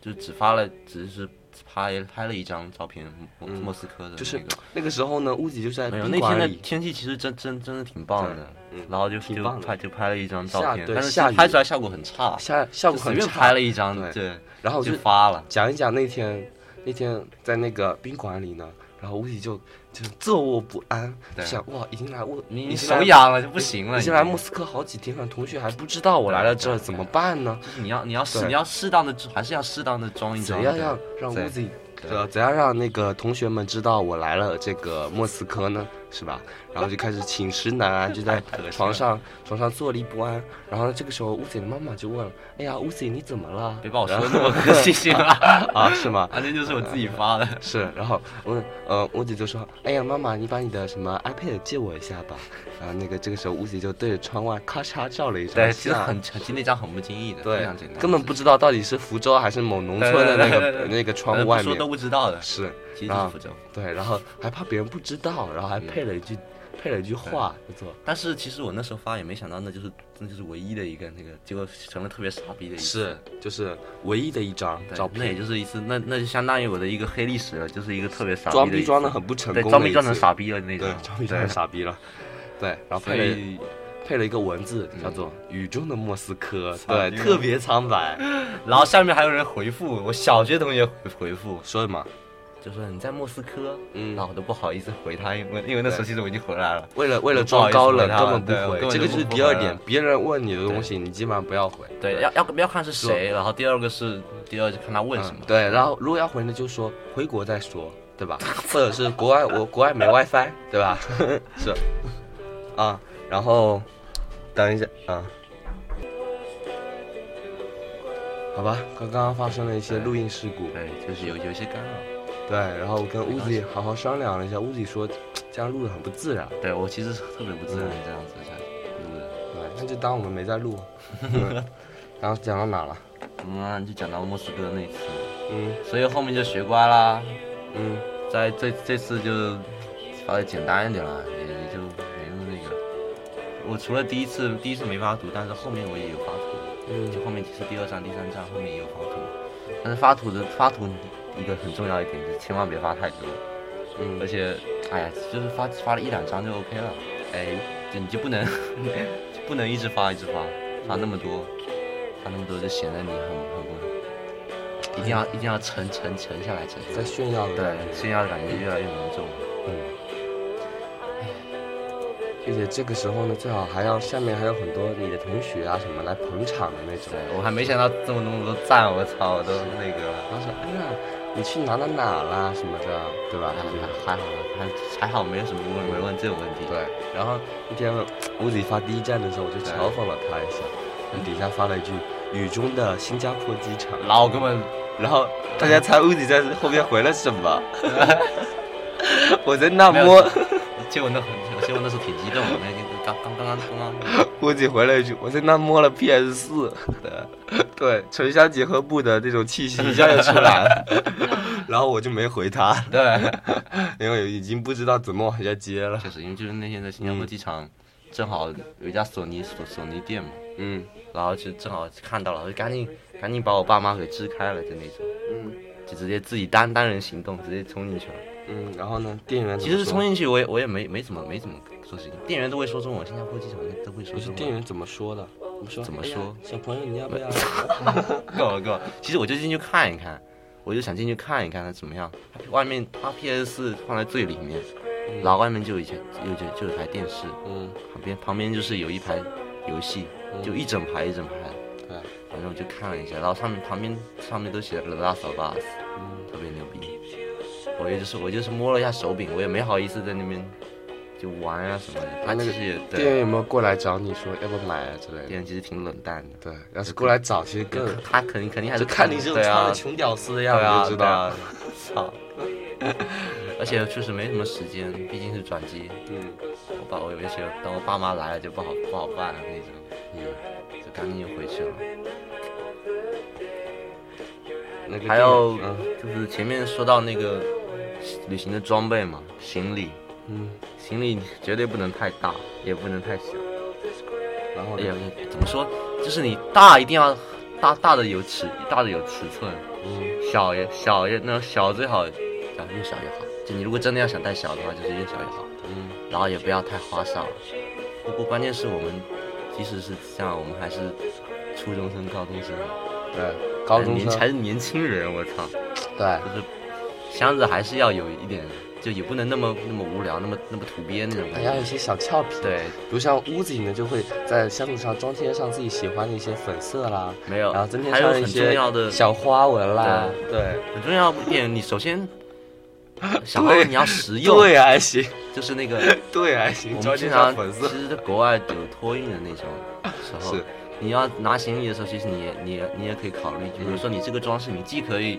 S2: 就只发了，只是拍拍了一张照片，莫
S1: 嗯
S2: 莫斯科的那个。
S1: 就是那个时候呢，屋子就在
S2: 没有
S1: 宾
S2: 那
S1: 馆
S2: 天的
S1: 里，
S2: 天气其实真真真的挺棒的，
S1: 嗯
S2: 然后就
S1: 挺
S2: 就
S1: 棒的
S2: 拍就拍了一张照
S1: 下
S2: 片，
S1: 对
S2: 但是
S1: 下
S2: 其实拍
S1: 雨
S2: 出来效果很差，
S1: 下效
S2: 就
S1: 果
S2: 随
S1: 很
S2: 便
S1: 差
S2: 拍了一张，
S1: 对
S2: 对，
S1: 然后
S2: 就
S1: 就
S2: 发了。
S1: 讲一讲那天，那天在那个宾馆里呢，然后吴迪就就坐卧不安，就
S2: 对
S1: 想哇，已经来我，
S2: 你
S1: 已
S2: 你
S1: 经
S2: 手
S1: 来，
S2: 痒了就不行了，
S1: 已经
S2: 你
S1: 来莫斯科好几天了，同学还不知道我来了这儿怎么办呢？
S2: 就是你要你要适
S1: 对
S2: 你要适当的还是要适当的装一
S1: 怎
S2: 装的，
S1: 样让让
S2: 对
S1: 屋子
S2: 对
S1: 呃，怎样让那个同学们知道我来了这个莫斯科呢？是吧？然后就开始寝食难安，就 在
S2: 太恶心了
S1: 床上床上坐立不安。然后这个时候，乌贼的妈妈就问了：“哎呀，乌贼你怎么了？”
S2: 别把我说
S1: 然
S2: 得
S1: 后
S2: 那么恶心了，
S1: 啊，是吗？
S2: 啊， 那就是我自己发的。
S1: 是，然后我呃，乌贼就说：“哎呀，妈妈，你把你的什么 iPad 借我一下吧。”然后那个这个时候，乌贼就对着窗外咔嚓照了一张
S2: 对，其实
S1: 相
S2: 很很那张很不经意的，非
S1: 啊对
S2: 常简，单，
S1: 根本不知道到底是福州还是某农村的那
S2: 对对对
S1: 个
S2: 对对
S1: 那个
S2: 呃
S1: 窗
S2: 不
S1: 外
S2: 说
S1: 面
S2: 都不知道的，
S1: 是。
S2: 其实就
S1: 然
S2: 是
S1: 后
S2: 福州。
S1: 对，然后还怕别人不知道，然后还配了一句，配了一句话，叫做
S2: 但是其实我那时候发也没想到，那就是那就是唯一的一个那个，结果成了特别傻逼的一个。
S1: 是就是唯一的一张
S2: 对
S1: 照
S2: 那也
S1: 片，
S2: 就是一次，那那就相当于我的一个黑历史了，就是一个特别傻逼
S1: 装
S2: 的一
S1: 逼
S2: 次
S1: 装的很不成
S2: 对，
S1: 功，
S2: 装逼装成，傻逼了那种
S1: 对，，装逼装成傻逼了， 对，嗯然后
S2: 所
S1: 配了
S2: 以
S1: 配了一个文字叫做“雨中的莫斯科”，
S2: 傻
S1: 对，
S2: 逼吗
S1: 特别苍 白，
S2: 然后下面还有人回复，我小学同学回回复
S1: 说嘛，
S2: 就说你在莫斯科，
S1: 嗯
S2: 然后我都不好意思回他，因为因为那时候其实我已经回来了，
S1: 为了为了
S2: 不
S1: 装
S2: 好意思
S1: 高
S2: 回
S1: 冷，
S2: 他
S1: 根
S2: 了
S1: 本不
S2: 对我
S1: 回，
S2: 根本
S1: 这个
S2: 就是不
S1: 第
S2: 回
S1: 二
S2: 了
S1: 点，别人问你的东西，你基本上不要回，
S2: 对，要要要看是谁，然后第二个是第二就看他问什
S1: 嗯
S2: 么，
S1: 对，然后如果要回呢，就说回国再说，对 吧？或者是国外，我国外没 WiFi，对吧？ 是，啊，然后等一下啊，好吧，刚刚发生了一些录音事故，
S2: 对，就是有有一些干扰，
S1: 对，然后我跟乌
S2: 关
S1: 子好好商量了一下，乌子说这样录的很不自然，
S2: 对我其实是特别不自然这样子下录的，
S1: 对，那就当我们没在 录。嗯然后讲到哪了？
S2: 嗯，就讲到莫斯科那次，
S1: 嗯
S2: 所以后面就学乖啦，
S1: 嗯，
S2: 在这这次就稍微简单一点了，也也就没那么那个。我除了第一次第一次没发图，但是后面我也有发图，
S1: 嗯
S2: 就后面其实第二站、第三站后面也有发图，但是发图的发图一个很重要一点就是千万别发太多，
S1: 嗯
S2: 而且哎呀，就是发发了一两张就 OK 了，
S1: 哎，
S2: 就你就不能 就不能一直发一直发，发那么多，发那么多就显得你很很不，一定要一定要沉沉沉下来沉下
S1: 嗯在
S2: 来。
S1: 炫耀的感觉
S2: 对，炫耀的感觉越来越浓重了。
S1: 嗯，并且这个时候呢，最好还要下面还有很多你的同学啊什么来捧场的那种
S2: 对。，我还没想到这么那么多赞，我操，我都那个了。
S1: 然后说：“哎呀，你去哪哪哪啦什么的，对吧？”他就
S2: 还好，还还好，没有什么问没问这个问题。
S1: 对。然后那天吴子发第一站的时候，我就
S2: 对
S1: 嘲讽了他一下，然后底下发了一句“雨中的新加坡机场”，
S2: 然后我根本
S1: 然后大家猜吴子在后面回了什 么？我在那
S2: 没
S1: 摸
S2: 有，结果那很，结果那时候挺激动的，那那刚刚刚刚刚刚，
S1: 吴子回了一句：“我在那摸了 PS 四。”
S2: 对，
S1: 对，城乡结合部的这种气 息一下就出来了， 然后我就没回他，
S2: 对，
S1: 因为已经不知道怎么往下接了。
S2: 确实，因为就是那天在新
S1: 嗯
S2: 加坡机场，正好有一家索尼索索尼店嘛，
S1: 嗯
S2: 然后就正好看到了，我就赶紧赶紧把我爸妈给支开了，就那种，
S1: 嗯
S2: 就直接自己单单人行动，直接冲进去了。
S1: 嗯，然后呢，店员怎
S2: 其
S1: 么
S2: 实
S1: 说
S2: 冲进去我也我也没没怎么没怎么说事情，店员都会说中文，新加坡机场都会说
S1: 不是
S2: 中文。
S1: 店员怎么说的？我说
S2: 怎么
S1: 哎呀
S2: 说
S1: 小朋友，你要不要？
S2: 够了够了，其实我就进去看一看，我就想进去看一看它怎么样。它外面它 PS 四放在最里面，然后外面就有一台有就就有台电视，
S1: 嗯，
S2: 旁边旁边就是有一排游戏，就一整排一整排。
S1: 对，
S2: 反正我就看了一下，然后上面旁边上面都写了 The Last of Us，
S1: 嗯
S2: 特别牛逼。我也就是我就是摸了一下手柄，我也没好意思在那边就玩啊什么的。他其实也
S1: 店员
S2: 对，嗯
S1: 有没有过来找你说要不要买啊之类的？
S2: 店其实挺冷淡的。
S1: 对，要是过来找，其实更
S2: 他肯定肯定还是
S1: 就看你这种
S2: 嗯对
S1: 穿
S2: 啊
S1: 的穷屌丝的
S2: 对
S1: 样
S2: 啊，
S1: 子就知
S2: 对
S1: 道
S2: 啊。操！ 而且确实没什么时间，毕竟是转机。
S1: 嗯
S2: 我爸，我有一些等我爸妈来了就不好不好办了那种，
S1: 嗯，
S2: 就赶紧就回去了。
S1: 那个店
S2: 还有
S1: 嗯
S2: 就是前面说到那个旅行的装备嘛，行李，
S1: 嗯，
S2: 行李绝对不能太大，也不能太小。
S1: 然后
S2: 哎
S1: 呢
S2: 呀，怎么说？就是你大一定要大大的有尺，大的有尺寸，
S1: 嗯
S2: 小也小也那小最好，啊越小越好。就你如果真的要想带小的话，就是越小越好，
S1: 嗯
S2: 然后也不要太花哨。不过关键是我们，即使是这样，我们还是初中生、高中生，
S1: 对，高中
S2: 年
S1: 生
S2: 还是年轻人，我操，
S1: 对
S2: 就是箱子还是要有一点，就也不能那么那么无聊，那么那么土鳖那种
S1: 大
S2: 感
S1: 家有
S2: 觉。
S1: 些小俏皮，，
S2: 对，
S1: 比如像屋子里面就会在箱子上装贴上自己喜欢的一些粉色啦，
S2: 没有，
S1: 然后增添
S2: 还有
S1: 上一
S2: 很重
S1: 些
S2: 要的
S1: 小花纹啦，对，
S2: 很重要一点，你 首先小孩你要实用，
S1: 对还行，
S2: 就是那个
S1: 对还
S2: 我
S1: 行，
S2: 们
S1: 装
S2: 经
S1: 贴
S2: 常
S1: 上粉
S2: 其
S1: 色，
S2: 实在国外有托运的那种时候
S1: 是，
S2: 你要拿行李的时候，其实你也你也你也可以考虑，比如
S1: 嗯
S2: 说你这个装饰，你既可以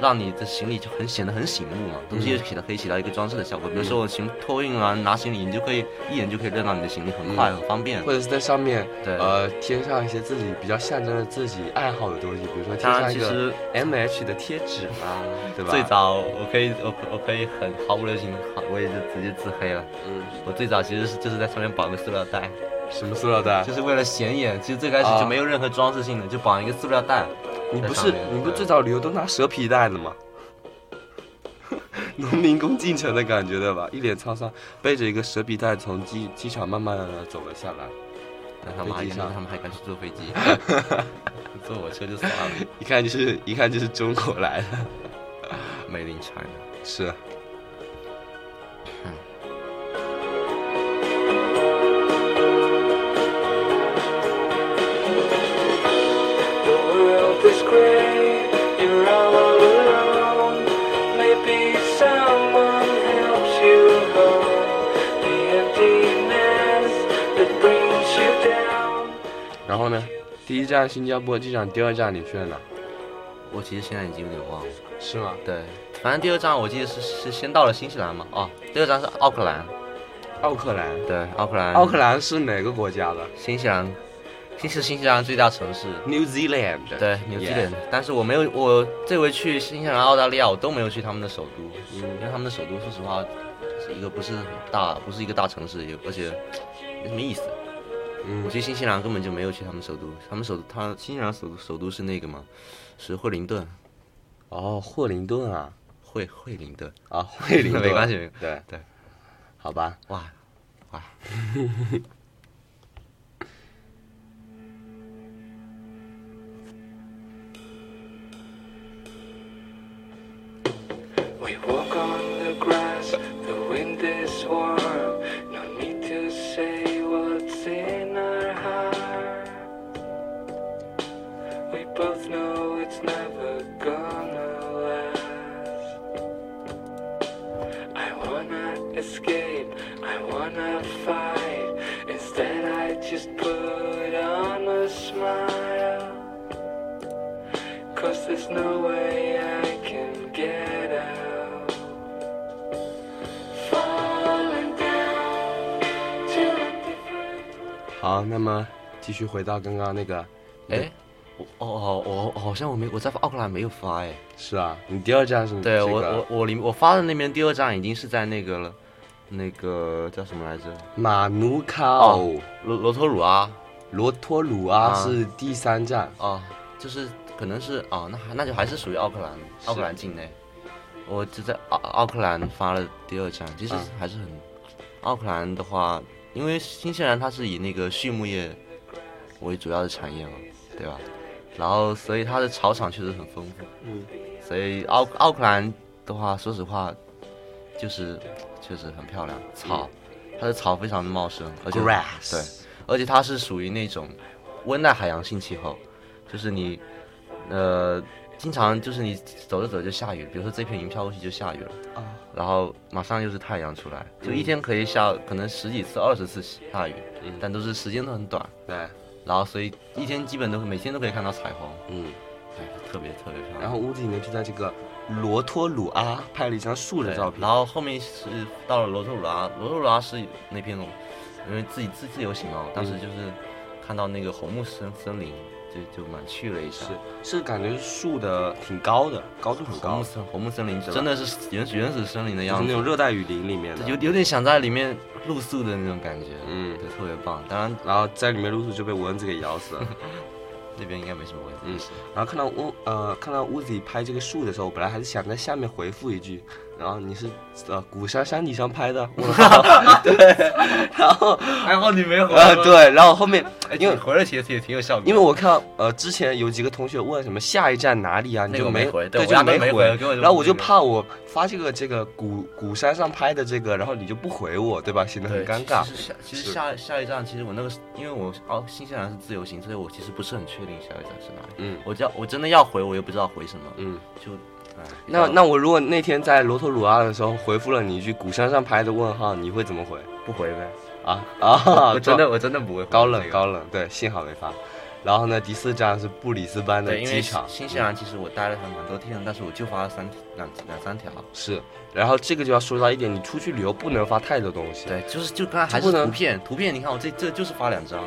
S2: 让你的行李就很显得很醒目嘛，东
S1: 嗯
S2: 西也起到可以起到一个装饰的效果。比如说我行托运啊，拿行李，你就可以一眼就可以认到你的行李，很快
S1: 嗯
S2: 很方便。
S1: 或者是在上面
S2: 对，
S1: 呃贴上一些自己比较象征着自己爱好的东西，比如说贴
S2: 当
S1: 上
S2: 然
S1: 一
S2: 其
S1: 个
S2: 实
S1: M H 的贴纸啦，对吧？
S2: 最早我可以我我可以很毫不留情，好我也就直接自黑了。
S1: 嗯，
S2: 我最早其实是就是在上面绑个塑料袋，
S1: 什么塑料袋
S2: 就？是为了显眼。其实最开始
S1: 啊
S2: 就没有任何装饰性的，就绑一个塑料袋。
S1: 你不
S2: 在上
S1: 是
S2: 面
S1: 你不
S2: 对
S1: 最早旅游都拿蛇皮袋的吗？ 农民工进城的感觉对吧？一脸沧桑，背着一个蛇皮袋从机机场慢慢的走了下来。
S2: 那他们还
S1: 飞机上
S2: 那他们还敢去坐飞 机？坐火车就算了，
S1: 一看就是一看就是中国来的，
S2: 没林产。
S1: 是。
S3: The world is grey, you're all alone. Maybe someone helps you home. The emptiness that brings you down.
S1: 然后呢？第一站新加坡机场，第二站你去了哪？
S2: 我其实现在已经有点忘了。
S1: 是吗？
S2: 对，反正第二站我记得是是先到了新西兰嘛。哦，第二站是奥克兰。
S1: 奥克兰。
S2: 对，奥克兰。
S1: 奥克兰是哪个国家的
S2: 新西兰，新是新西兰最大城市。
S1: ？New Zealand。
S2: 对，纽西
S1: Yeah
S2: 兰。但是我没有，我这回去新西兰、澳大利亚，我都没有去他们的首都，
S1: 嗯
S2: 因为他们的首都，说实话，是一个不是很大，不是一个大城市，也而且没什么意思。我
S1: 嗯
S2: 去新西兰根本就没有去他们首都，他们首都，他新西兰首都首都是那个嘛，是惠灵顿，
S1: 哦，霍灵顿啊，
S2: 惠惠灵顿。
S1: 啊，惠灵顿
S2: 没关系没关系
S1: 对
S2: 对，
S1: 好吧，
S2: 哇哇，
S3: We walk on the grass, the wind is warm. No need to say what's in our heart. We both know it's never gonna last. I wanna escape, I wanna fight. Instead, I just put on a smile. Cause there's no way I can get out. Falling down to a different.
S1: 好，那么继续回到刚刚那个，
S2: 哎，我哦哦，我好像我没我在奥克兰没有发哎，
S1: 是啊，你第二站是
S2: 对
S1: 这
S2: 我
S1: 个
S2: 我我里我发的那边第二站已经是在那个了，那个叫什么来着？
S1: 马努卡
S2: 哦罗罗托鲁啊
S1: 罗托鲁阿
S2: 啊
S1: 是第三站，
S2: 啊，就是可能是哦，那还那就还是属于奥克兰，奥克兰境内。我就在奥奥克兰发了第二站，其实
S1: 啊
S2: 还是很。奥克兰的话，因为新西兰它是以那个畜牧业为主要的产业嘛，对吧？然后所以它的草场确实很丰富。
S1: 嗯。
S2: 所以奥奥克兰的话，说实话，就是确实很漂亮，草，它的草非常的茂盛，而且
S1: 嗯 Grass
S2: 对，而且它是属于那种温带海洋性气候，就是你呃经常就是你走着走着就下雨，比如说这片云飘过去就下雨了，
S1: 啊，
S2: 然后马上又是太阳出来，就一天可以下可能十几次、二十次下雨，
S1: 嗯
S2: 但都是时间都很短，
S1: 对，
S2: 然后所以一天基本都每天都可以看到彩虹，
S1: 嗯，
S2: 哎，特别特别漂亮。
S1: 然后屋子里面就在这个罗托鲁阿拍了一张树的
S2: 对
S1: 照片，
S2: 然后后面是到了罗特鲁拉，罗特鲁拉是那片，因为自己自自由行哦，当时就是看到那个红木森森林，就就蛮去了一下。
S1: 是是感觉树的挺高的，高度很
S2: 红
S1: 高
S2: 木，森红木森林真的是原始原始森林的
S1: 就是
S2: 样
S1: 那
S2: 子，
S1: 种热带雨林里面的，
S2: 有有点想在里面露宿的那种感觉，
S1: 嗯
S2: 对，特别棒。当然
S1: 然后在里面露宿就被蚊子给咬死了，
S2: 那边应该没什么问题。
S1: 嗯 然后看到乌呃看到屋子里拍这个树的时候，我本来还是想在下面回复一句，然后你是呃鼓山山顶上拍的，我靠， 对，然后
S2: 还好哎哦你没回
S1: 呃对，然后后面
S2: 哎，
S1: 因为
S2: 你回了其实也挺有效果的。
S1: 因为我看到呃之前有几个同学问什么下一站哪里啊，你
S2: 那个
S1: 就
S2: 我没回
S1: 对，
S2: 对我
S1: 就
S2: 压根
S1: 没
S2: 没回根本就
S1: 然后
S2: 不
S1: 我就
S2: 回
S1: 怕我发这个这个鼓鼓山上拍的这个，然后你就不回我，对吧？显得很
S2: 对
S1: 尴尬
S2: 其。实下其
S1: 是
S2: 实下下一站，其实我那个是因为我哦新西兰是自由行，所以我其实不是很确定下一站是哪里。
S1: 嗯
S2: 我要我真的要回，我又不知道回什么，
S1: 嗯，
S2: 就哎
S1: 那
S2: 比较
S1: 那我如果那天在罗托鲁阿的时候回复了你一句鼓山上拍的问号，你会怎么回
S2: 不回呗。
S1: 啊？ 啊，
S2: 我真的我真的不会回啊
S1: 高冷
S2: 这个
S1: 高冷，对，幸好没发。然后呢，第四站是布里斯班的
S2: 对，因为
S1: 机场，嗯
S2: 新西兰其实我待了还蛮多天的，但是我就发了三两两三条。
S1: 是。然后这个就要说到一点，你出去旅游不能发太多东西。
S2: 对，就是就刚才还
S1: 不
S2: 是
S1: 能
S2: 图片，图片你看我这这就是发两张，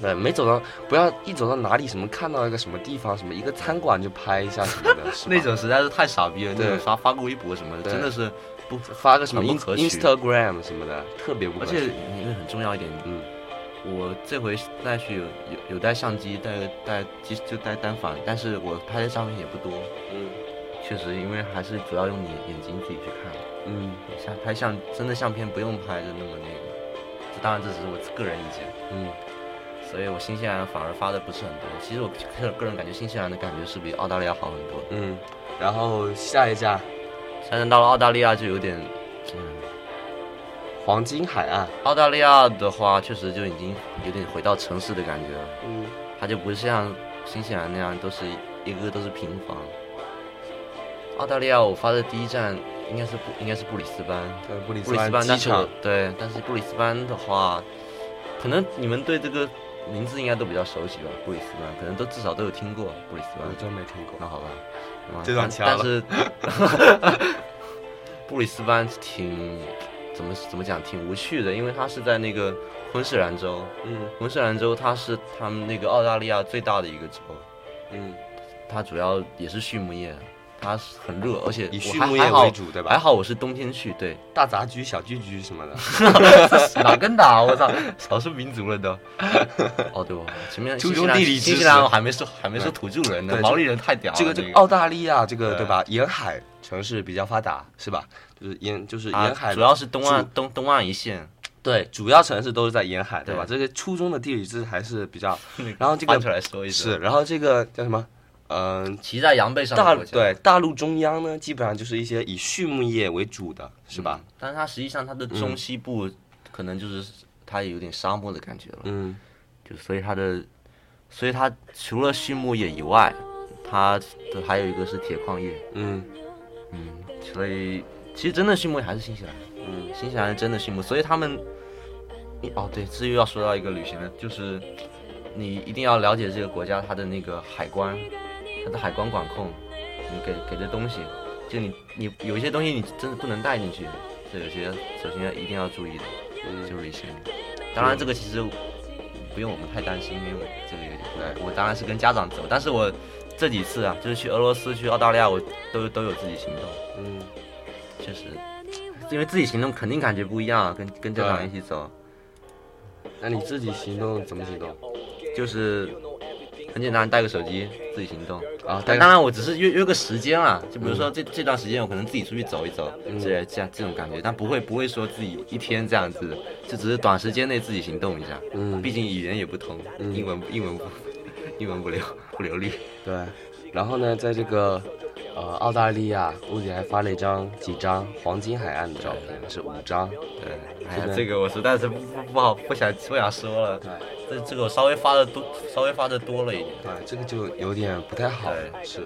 S1: 对，没走到不要一走到哪里什么看到一个什么地方什么一个餐馆就拍一下什么 的，是吧
S2: 那种实在是太傻逼了，那
S1: 对
S2: 种发发个微博什么的，
S1: 对
S2: 真的是不，
S1: 发个什么
S2: 很
S1: in
S2: 不可取
S1: Instagram 什么的，特别不可
S2: 而
S1: 取。
S2: 且因为很重要一点，
S1: 嗯
S2: 我这回带去有有有带相机，带带机就带单反，但是我拍的照片也不多，
S1: 嗯
S2: 确实因为还是主要用你眼睛自己去看。
S1: 嗯
S2: 像拍相真的相片不用拍的那么那个，这当然这只是我个人意见，
S1: 嗯，
S2: 所以我新西兰反而发的不是很多。其实我个个人感觉新西兰的感觉是比澳大利亚好很多。
S1: 嗯，然后下一站
S2: 但是到了澳大利亚就有点，嗯，
S1: 黄金海岸，
S2: 澳大利亚的话确实就已经有点回到城市的感觉了，
S1: 嗯，
S2: 它就不像新西兰那样都是一个个都是平房。澳大利亚我发的第一站应该是布应该是布里斯班，
S1: 对，布里
S2: 布
S1: 斯
S2: 里斯
S1: 班
S2: 班
S1: 机
S2: 但是我
S1: 场，
S2: 对，但是布里斯班的话，可能你们对这个名字应该都比较熟悉吧？布里斯班可能都至少都有听过布里斯班
S1: 我。真没听过。
S2: 那好吧，嗯
S1: 这段掐
S2: 但
S1: 了
S2: 但是 布里斯班挺怎么怎么讲，挺无趣的，因为它是在那个昆士兰州，
S1: 嗯
S2: 昆士兰州它是他们那个澳大利亚最大的一个州，
S1: 嗯，
S2: 它主要也是畜牧业，它是很热，而且
S1: 以
S2: 我
S1: 畜
S2: 还
S1: 牧
S2: 还
S1: 业
S2: 好哎
S1: 为主，对
S2: 还
S1: 吧？
S2: 好我是冬天去，对。
S1: 大杂居、小居居什么 的，
S2: 哪跟哪？我操，少数民族 了都。哦，对哦，前面
S1: 注
S2: 新西
S1: 重
S2: 兰
S1: 地理
S2: 新
S1: 知
S2: 西兰
S1: 识
S2: 我还没说还没说土著人呢
S1: 对，
S2: 毛利人太屌了。
S1: 这个这哦个澳大利亚这个
S2: 对
S1: 对吧？沿海城市比较发达，是吧？就是沿就是
S2: 啊
S1: 沿海，
S2: 主要是东岸东东岸一线，
S1: 对主要城市都是在沿海，对吧？
S2: 对
S1: 这个初中的地理知识还是比较
S2: 那个，
S1: 然后这
S2: 翻出
S1: 个
S2: 来说一说。
S1: 是，然后这个叫什么？嗯，
S2: 骑在羊背上的
S1: 大
S2: 国家嗯
S1: 对大陆中央呢，基本上就是一些以畜牧业为主的，是吧？？嗯
S2: 嗯但是它实际上它的中西部可能就是它也有点沙漠的感觉了，
S1: 嗯
S2: 就所以它的，所以它除了畜牧业以外，它的还有一个是铁矿业，
S1: 嗯
S2: 嗯，所以其实真的畜牧业还是啊新西兰。
S1: 嗯
S2: 新西兰人真的畜牧，所以他们，一哦对，这又要说到一个旅行了，就是你一定要了解这个国家它的那个海关，它的海关管控，你给给的东西，就你你有一些东西你真的不能带进去，这有些首先要一定要注意的，
S1: 嗯，
S2: 就旅行。当然这个其实不用我们太担心，因为我这个有点我当然是跟家长走，但是我这几次啊，就是去俄罗斯、去澳大利亚，我都都有自己行动。
S1: 嗯，
S2: 确实，因为自己行动肯定感觉不一样啊，跟跟家长一起走，
S1: 那你自己行动怎么行动？
S2: 就是很简单，带个手机自己行动。
S1: 啊，嗯
S2: 但
S1: 但
S2: 当然，我只是约约个时间啦，就比如说这、这段时间我可能自己出去走一走，
S1: 嗯
S2: 这这样这种感觉，但不会不会说自己一天这样子，就只是短时间内自己行动一下。
S1: 嗯
S2: 毕竟语言也不通，
S1: 嗯
S2: 英文英文不英文不流不流利。
S1: 对，然后呢，在这个呃澳大利亚，屋里还发了一张几张黄金海岸的照片，是五张。
S2: 对，哎呀
S1: 是，的
S2: 这个我实在是不不不好不想不想说了。
S1: 对
S2: 这这个我稍微发的多，稍微发的多了一点。
S1: 对，这个就有点不太好
S2: 对，
S1: 是。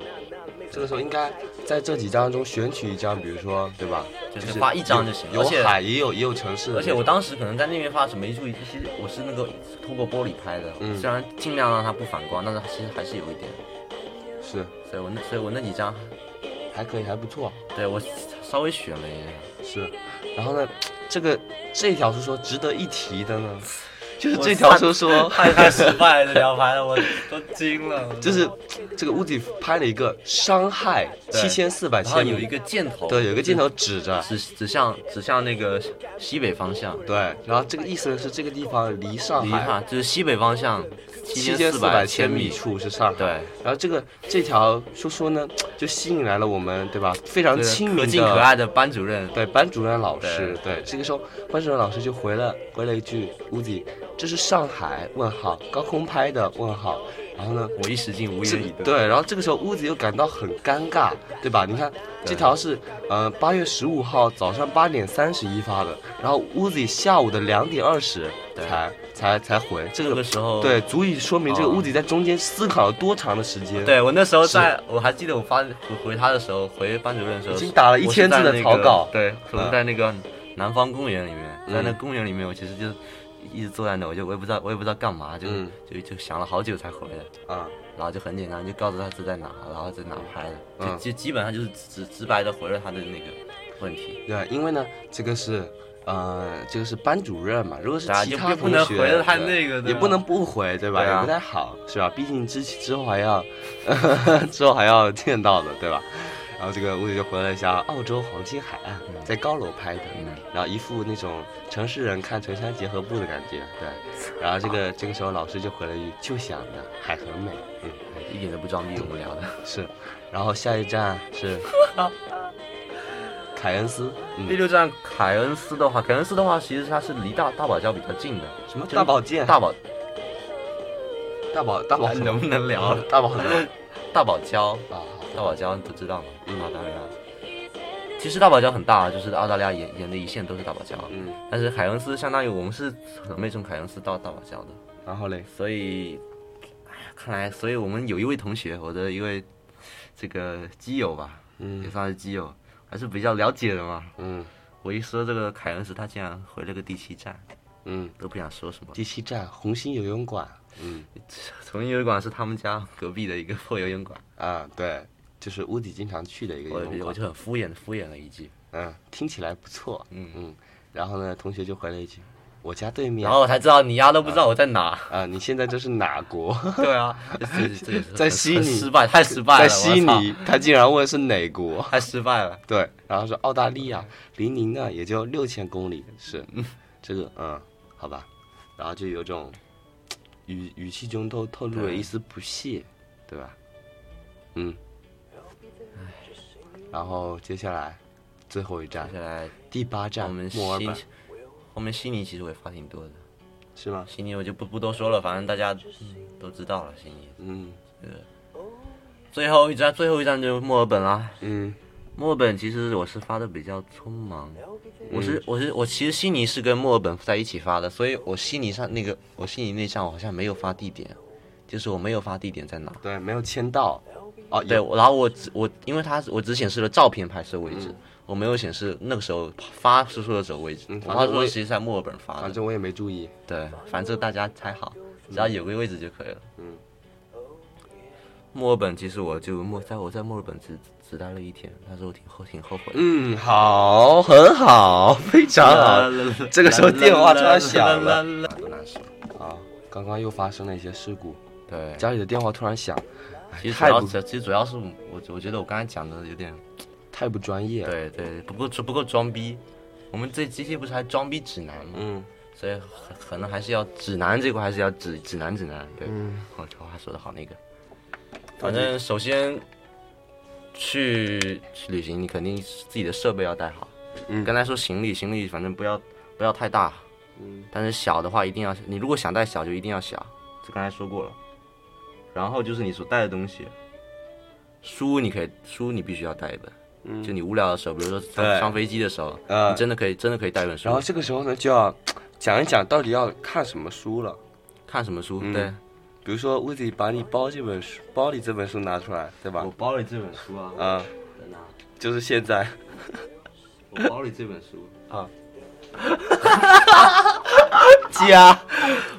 S1: 这个时候应该在这几张中选取一张，比如说，对吧？
S2: 就是发一张就行
S1: 有
S2: 而且
S1: 有海也有也有城市的那种，
S2: 而且我当时可能在那边发什么没注意，其实我是那个透过玻璃拍的，
S1: 嗯
S2: 虽然尽量让它不反光，但是其实还是有一点。
S1: 是
S2: 所以我那所以我那几张，
S1: 还可以，还不错。
S2: 对我稍微选了一下。
S1: 是，然后呢，这个这一条是说值得一提的呢，就是这条说说，
S4: 太太失败了，这条牌我都惊了。
S1: 就是这个屋子里拍了一个伤害
S2: 对
S1: 七千四百
S2: 然后
S1: 千
S2: 有
S1: 米
S2: 一，个箭头，
S1: 对，有一个箭头指着，
S2: 指指向指向那个西北方向，
S1: 对，然后这个意思是这个地方离上
S2: 离
S1: 海
S2: 哈就是西北方向
S1: 啊
S2: 七
S1: 七千
S2: 四
S1: 四
S2: 百
S1: 百千米
S2: 米。
S1: 处是上海。
S2: 对，
S1: 然后这个这条说说呢，就吸引来了我们，对吧？非常亲民
S2: 和
S1: 的
S2: 敬可爱的班主任，
S1: 对班主任老师，对这个时候班主任老师就回了回了一句：“屋子，这是上海？问号，高空拍的？问号。”然后 呢，
S2: 我一时竟无
S1: 这
S2: 言
S1: 个
S2: 以对。
S1: 对，然后这个时候屋子又感到很尴尬，对吧？你看这条是呃八月十五号早上八点三十一发的，然后屋子下午的两点二十
S2: 对
S1: 才才才回，这
S2: 这个
S1: 个
S2: 时候，
S1: 对足以说明这个
S2: 哦
S1: 屋子在中间思考了多长的时间。
S2: 对我那时候在，我还记得我发回回他的时候，回班主任的时候，
S1: 已经打了一千字的草稿
S2: 我是在那个对，
S1: 嗯
S2: 我是在那个南方公园里面，
S1: 嗯
S2: 在那公园里面，我其实就一直坐在那，我就我也不知道，我也不知道干嘛，就
S1: 嗯
S2: 就就想了好久才回来，
S1: 啊，
S2: 然后就很简单，就告诉他是在哪，然后在哪拍的，
S1: 嗯
S2: 就就基本上就是直直白的回了他的那个问题，
S1: 对，因为呢，这个是。呃，这个是班主任嘛，如果是
S2: 对啊
S1: 其
S2: 就
S1: 他
S2: 不
S1: 同
S2: 能
S1: 学，
S2: 回得太
S1: 对
S2: 那个对
S1: 也
S2: 吧
S1: 不能不回，对吧？
S2: 对啊
S1: 也不太好，是吧？毕竟之之后还要， 之后还要见到的，对吧？然后这个屋里就回了一下澳洲黄金海岸，
S2: 嗯
S1: 在高楼拍的，然后一副那种城市人看城乡结合部的感觉，对。然后这个这个时候老师就回了一句：“就想的海很美。”嗯，
S2: 一点都不装逼，无聊的。
S1: 是。然后下一站 是凯恩斯，嗯
S2: 第，六站凯恩斯的话，凯恩斯的话，其实它是离大大堡礁比较近的。
S1: 什么
S2: 就是
S1: 大保健？
S2: 大堡，
S1: 大宝大宝
S2: 我能不能聊？
S1: 大宝啊，
S2: 大堡礁，
S1: 好
S2: 大堡礁你都知道吗？
S1: 嗯
S2: 澳大利亚。啊其实大堡礁很大，啊就是澳大利亚沿沿的一线都是大堡礁。啊
S1: 嗯，
S2: 但是凯恩斯相当于我们是很没从凯恩斯到大堡礁的，
S1: 然后嘞，
S2: 所以，哎呀看来，所以我们有一位同学，我的一位这个基友吧，也
S1: 嗯
S2: 算是基友，还是比较了解的嘛。
S1: 嗯
S2: 我一说这个凯恩斯，他竟然回了个第七站，
S1: 嗯，
S2: 都不想说什么。
S1: 第七站红星游泳馆，嗯
S2: 重庆游泳馆是他们家隔壁的一个破游泳馆，
S1: 啊，对，就是屋底经常去的一个
S2: 我
S1: 游泳
S2: 我
S1: 馆，
S2: 就很敷衍敷衍了一句，
S1: 嗯，听起来不错，
S2: 嗯
S1: 嗯，然后呢，同学就回了一句，我家对面，
S2: 然后我才知道你丫都不知道我在哪。
S1: 啊，你现在这是哪 国？
S2: 对啊，这这也是
S1: 在
S2: 很
S1: 悉尼
S2: 很失败，太失败了，
S1: 在悉
S2: 我操
S1: 尼，他竟然问是哪国？
S2: 太失败了。
S1: 对，然后说澳大利亚离您呢也就六千公里，是，这个嗯，好吧，然后就有种语语气中都透露了一丝不屑，对吧？嗯，然后接下来最后一站
S2: 接下来
S1: 第八
S2: 我
S1: 站
S2: 们悉
S1: 墨尔本
S2: 后面悉尼其实我也发挺多的，
S1: 是吗？
S2: 悉尼我就不不多说了，反正大家、嗯都知道了。悉尼
S1: 嗯
S2: 最后一站，最后一站就是墨尔本啦。
S1: 嗯
S2: 墨尔本其实我是发的比较匆忙，我
S1: 嗯
S2: 是我是我其实悉尼是跟墨尔本在一起发的，所以我悉尼上那个我悉尼那站我好像没有发地点，就是我没有发地点在哪。
S1: 对，没有签到哦，
S2: 对，
S1: 有
S2: 我然后我只我因为它我只显示了照片拍摄位置，我没有显示那个时候发出说的时候位置。
S1: 嗯
S2: 我
S1: 反正
S2: 发出
S1: 我
S2: 说
S1: 也
S2: 其实在墨尔本发的，
S1: 反正我也没注意，
S2: 对，反正大家猜好，只要有个位置就可以了。
S1: 嗯。
S2: 墨尔本其实我就墨在我在墨尔本只只待了一天，但是我挺后挺后悔的。
S1: 嗯，好，很好，非常好。这个时候电话突然响了，
S2: 多难受。
S1: 啊，刚刚又发生了一些事故，
S2: 对，
S1: 家里的电话突然响，
S2: 其实主
S1: 太
S2: 要
S1: 不
S2: 其实主要是我我觉得我刚才讲的有点
S1: 太不专业。，
S2: 对对不够不够装逼。我们这这期不是还装逼指南吗？
S1: 嗯，
S2: 所以可可能还是要指南这块还是要指指南指南。对，
S1: 嗯
S2: 我这话说的好那个。反正首先去去旅行，你肯定自己的设备要带好。
S1: 嗯
S2: 刚才说行李，行李反正不要不要太大。
S1: 嗯，
S2: 但是小的话一定要，你如果想带小就一定要小，这刚才说过了。然后就是你所带的东西，书你可以书你必须要带一本。嗯、就你无聊的时候，比如说上
S1: 对
S2: 上飞机的时候，
S1: 呃
S2: 你真的可以真的可以带一本书。
S1: 然后这个时候呢，就要讲一讲到底要看什么书了。
S2: 看什么书？
S1: 嗯
S2: 对，
S1: 比如说，乌迪把你包这本书，包里这本书拿出来，对吧？
S2: 包了这本书啊
S1: 啊、
S2: 在哪？
S1: 就是现在。
S2: 我包里这本书
S1: 啊，
S2: 家，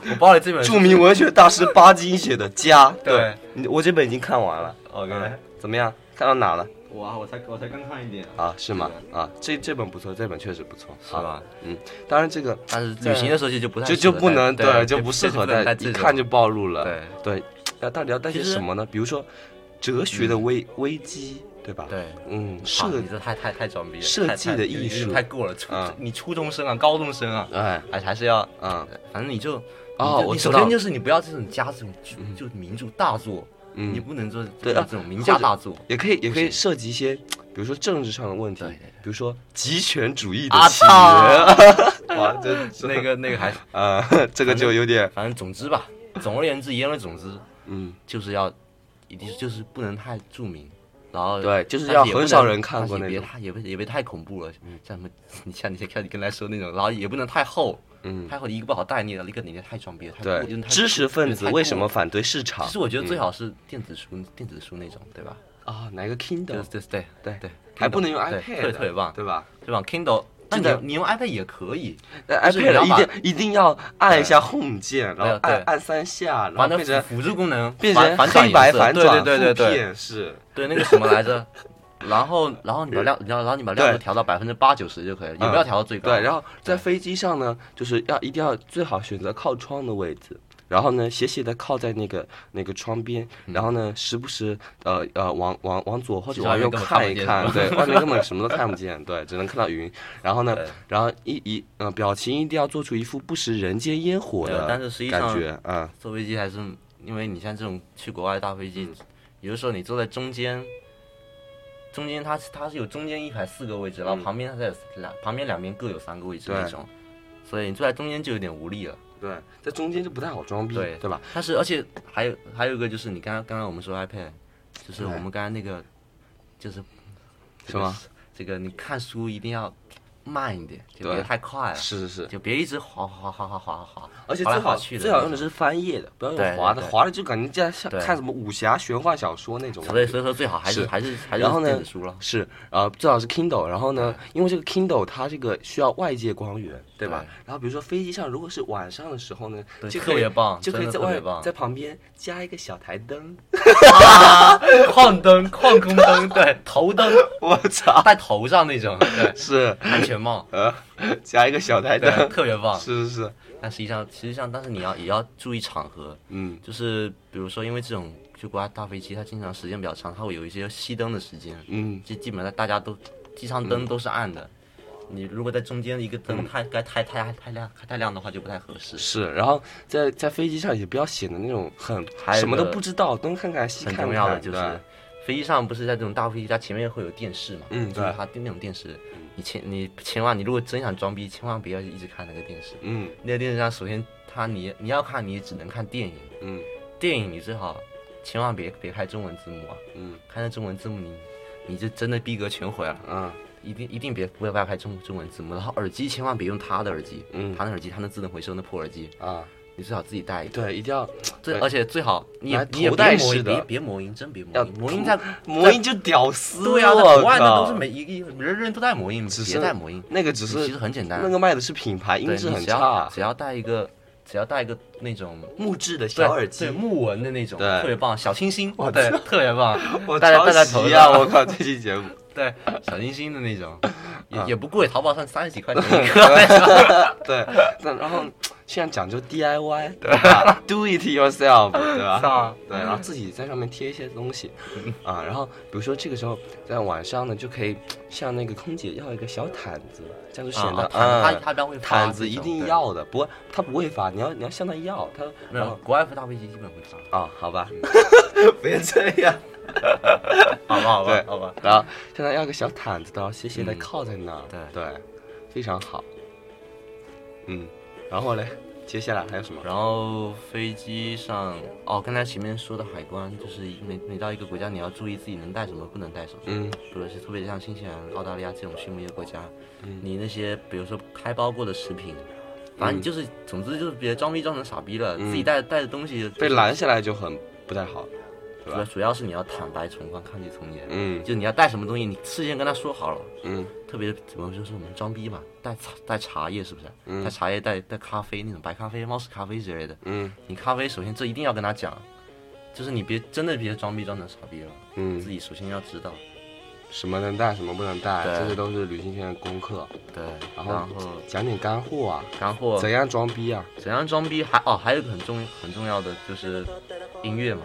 S2: 我包里这本书
S1: 著名文学大师 巴金写的《家》，
S2: 对
S1: 你我这本已经看完了。
S2: OK
S1: 嗯怎么样？看到哪了？
S2: 我啊，我才我才刚看一点
S1: 啊，是吗？啊，这这本不错，这本确实不错，
S2: 是吧？
S1: 嗯，当然这个
S2: 但是旅行的时候就就不太
S1: 就
S2: 适
S1: 就
S2: 合
S1: 不
S2: 带
S1: 能
S2: 对，
S1: 就不适合
S2: 在
S1: 在一看就暴露了。
S2: 对
S1: 对，要到底要带些
S2: 其实嗯
S1: 什么呢？比如说哲学的危危机，对吧？，
S2: 对。
S1: 嗯，
S2: 啊
S1: 设
S2: 你这太太太装逼了，
S1: 设
S2: 太
S1: 计
S2: 太
S1: 的
S2: 有
S1: 艺
S2: 点
S1: 术
S2: 太过了。初
S1: 嗯
S2: 你初中生啊，高中生啊，
S1: 哎
S2: 还还是要，
S1: 啊
S2: 反正你就
S1: 哦
S2: 你就
S1: 我
S2: 你
S1: 知
S2: 首
S1: 道
S2: 先就是你不要这种加这种就就名著大作，
S1: 嗯
S2: 你不能做
S1: 对
S2: 做
S1: 啊
S2: 这种名
S1: 或
S2: 家
S1: 者
S2: 大作
S1: 也可以也可以涉及一些，比如说政治上的问题
S2: 对对对，
S1: 比如说极权主义的
S2: 啊
S1: 起
S2: 操！
S1: 源，哇，这 这
S2: 那个那个还
S1: 啊，这个
S2: 反
S1: 就
S2: 正
S1: 有点
S2: 反正总之吧，总而言之，言而总之
S1: 嗯，
S2: 就是要，一定就是不能太著名。然后
S1: 对就是
S2: 但
S1: 要
S2: 也不
S1: 很
S2: 能
S1: 少人看
S2: 但是
S1: 过那
S2: 也别
S1: 种嗯
S2: 太也不也别太恐怖了，像什么你像你像你刚才说那种，然后也不能太厚，
S1: 嗯
S2: 太厚一个不好带，你一个你也太装逼了，太过
S1: 对，知识分子为什么？反对市场
S2: 其实我觉得最
S1: 嗯
S2: 好是电子书，电子书那种，对吧？
S1: 啊，哪个
S2: 对
S1: Kindle
S2: 对对
S1: 对
S2: 对，
S1: 还不能用
S2: Kindle，
S1: iPad，
S2: 对
S1: 啊
S2: 特别特别棒，
S1: 对吧？
S2: 对吧？Kindle，
S1: 真
S2: 那你
S1: 的
S2: 用你用 iPad 也可以，
S1: 但
S2: 就是你
S1: iPad
S2: 要
S1: 一
S2: 把
S1: 定一定要按一下 Home 键，然后
S2: 对
S1: 按
S2: 对
S1: 按三下，然
S2: 完
S1: 后
S2: 了
S1: 变成
S2: 辅助功能，
S1: 变
S2: 反
S1: 成
S2: 反转
S1: 黑白
S2: 颜色
S1: 反
S2: 对
S1: 转
S2: 对对
S1: 复
S2: 对对
S1: 片是，
S2: 对那个什么来着？然后然后你把亮，然后然后你把亮度
S1: 对嗯
S2: 调到百分之八九十就可以了，也不要调到最高。
S1: 对。然后在
S2: 对
S1: 飞机上呢，就是要一定要最好选择靠窗的位置。然后呢，斜斜的靠在那个那个窗边，
S2: 嗯
S1: 然后呢，时不时呃呃往往往左或者
S2: 其实
S1: 往右
S2: 外面根本
S1: 看一
S2: 看
S1: 看，
S2: 不见
S1: 对，外面根本什么都看不见， 对，只能看到云。然后呢
S2: 对，
S1: 然后一一呃表情一定要做出一副不食人间烟火
S2: 对
S1: 的
S2: 但是实际
S1: 感
S2: 上
S1: 觉啊，
S2: 坐飞机还是因为你像这种去国外大飞机，
S1: 嗯
S2: 有的时候你坐在中间，中间它是它是有中间一排四个位置，然后旁边它在两旁边两边各有三个位置
S1: 嗯对
S2: 那种，所以你坐在中间就有点无力了。
S1: 对，在中间就不太好装逼，
S2: 对
S1: 对吧？
S2: 但是而且还有还有一个就是你刚刚刚刚我们说 iPad，就是
S1: 对
S2: 我们刚刚那个就是
S1: 是吗？
S2: 这个你看书一定要慢一点，就
S1: 对
S2: 别太快了。
S1: 是是是，
S2: 就别一直滑滑滑滑滑滑滑，
S1: 而且
S2: 滑哎来
S1: 最
S2: 滑
S1: 好
S2: 去的
S1: 最好
S2: 那
S1: 用的
S2: 种。
S1: 是翻页的，不要
S2: 对
S1: 用滑的，
S2: 对对
S1: 滑的就感觉像像
S2: 对
S1: 看什么武侠、玄幻小说那种感觉。
S2: 所以所以说最好还是
S1: 是
S2: 还是还是
S1: 然后
S2: 电
S1: 呢
S2: 子书了，。
S1: 是呃，最好是 Kindle。然后呢，因为这个 Kindle 它这个需要外界光源，对吧
S2: 对？
S1: 然后比如说飞机上如果是晚上的时候呢，
S2: 对
S1: 就可
S2: 特
S1: 以
S2: 别棒
S1: 就可以在
S2: 真的特别
S1: 外
S2: 棒
S1: 在旁边加一个小台灯。
S2: 矿灯、矿工灯，对，头灯
S1: 我操，
S2: 戴头上那种，对，
S1: 是
S2: 安 全帽，
S1: 呃，加一个小台
S2: 对，
S1: 灯，
S2: 特别棒。
S1: 是是是，
S2: 但实际上，实际上，但是你要也要注意场合，
S1: 嗯，
S2: 就是比如说，因为这种就国外大飞机，它经常时间比较长，它会有一些熄灯的时间，
S1: 嗯，
S2: 就基本上大家都机上灯都是暗的。你如果在中间一个灯太该太太太亮太亮的话就不太合
S1: 嗯
S2: 适，
S1: 是。然后在在飞机上也不要显得那种很
S2: 还有一
S1: 什么都
S2: 个
S1: 不知道，东看看西
S2: 很
S1: 看看。
S2: 重要的就是
S1: 对，
S2: 飞机上不是在这种大飞机，它前面会有电视嘛？
S1: 嗯
S2: 就是
S1: 对嗯
S2: 它那种电视，你千你千万，你如果真想装逼，千万不要一直看那个电视。
S1: 嗯
S2: 那个电视上，首先它你你要看，你也只能看电影，
S1: 嗯
S2: 电影你最好千万别别开中文字幕啊，
S1: 嗯
S2: 看那中文字幕你你就真的逼格全毁了。
S1: 啊
S2: 一定一定别不要不要开中中文字幕，然后耳机千万别用他的耳机，
S1: 嗯
S2: 他的耳机他能自动回收那破耳机，
S1: 啊，
S2: 你最好自己带一个。
S1: 对，一定要
S2: 最
S1: 对
S2: 而且最好你也
S1: 来
S2: 你也
S1: 头
S2: 别
S1: 戴
S2: 魔
S1: 式
S2: 音，
S1: 的
S2: 别别魔音，真别魔
S1: 要
S2: 音，魔音
S1: 头
S2: 在
S1: 魔音就屌丝，
S2: 对啊，
S1: 我
S2: 在国外那都是
S1: 靠
S2: 每一个人人都带魔音，
S1: 只
S2: 别
S1: 是
S2: 带魔音，
S1: 那个只是
S2: 其实很简单
S1: 那个卖的是品牌，音
S2: 对
S1: 质
S2: 你
S1: 很
S2: 只要
S1: 差，
S2: 只要带一个，只要带一个那种
S1: 木质的小耳
S2: 对
S1: 机，
S2: 木纹的那种，
S1: 对
S2: 特别棒，小清新，对，特别棒，
S1: 我
S2: 戴在戴在
S1: 抄
S2: 头
S1: 袭啊！
S2: 上
S1: 我靠，这期节目
S2: 对，小清新的那种，也
S1: 嗯
S2: 也不贵，淘宝上三十几块钱一个，
S1: 对，那然后现在讲究 DIY，对吧？Do it yourself，对
S2: 是吧
S1: 吧？对，然后自己在上面贴一些东西啊，然后比如说这个时候在晚上呢，就可以向那个空姐要一个小毯子，这样就显得
S2: 啊毯
S1: 嗯
S2: 子它它一般会发
S1: 毯子
S2: 这
S1: 一
S2: 种
S1: 定
S2: 对
S1: 要的，不过他不会发，你要你要向他要，他
S2: 没有，嗯国外大飞机基本会发，
S1: 啊，好吧， 别这样。
S2: 好吧，好吧
S1: 对，
S2: 好吧，
S1: 然后现在要个小毯子，然后斜斜的
S2: 嗯
S1: 靠在那儿、
S2: 对
S1: 对，非常好。嗯，然后嘞，接下来还有什么？
S2: 然后飞机上，哦，刚才前面说的海关，就是每每到一个国家，你要注意自己能带什么，不能带什么。
S1: 嗯，
S2: 比如是特别像新西兰、澳大利亚这种畜牧业国家，
S1: 嗯
S2: 你那些比如说开包过的食品，反正你就是，总之就是别装逼装成傻逼了，
S1: 嗯
S2: 自己带带的东西
S1: 被拦，下来就很不太好。对
S2: 主
S1: 吧
S2: 要主要是你要坦白从宽，抗拒从严。
S1: 嗯
S2: 就你要带什么东西，你事先跟他说好了。
S1: 嗯
S2: 特别怎么就是我们装逼嘛，带茶带茶叶是不是？
S1: 嗯
S2: 带茶叶带带咖啡那种白咖啡、猫屎咖啡之类的。
S1: 嗯
S2: 你咖啡首先这一定要跟他讲，就是你别真的别装逼装成傻逼了，自
S1: 嗯
S2: 己首先要知道。
S1: 什么能带，什么不能带，
S2: 对
S1: 这些都是旅行前的功课。
S2: 对，
S1: 然
S2: 然
S1: 后
S2: 后
S1: 讲点干货啊，
S2: 干货
S1: 怎样装逼啊？
S2: 怎样装逼还哦，还有一个很重很重要的就是音乐嘛，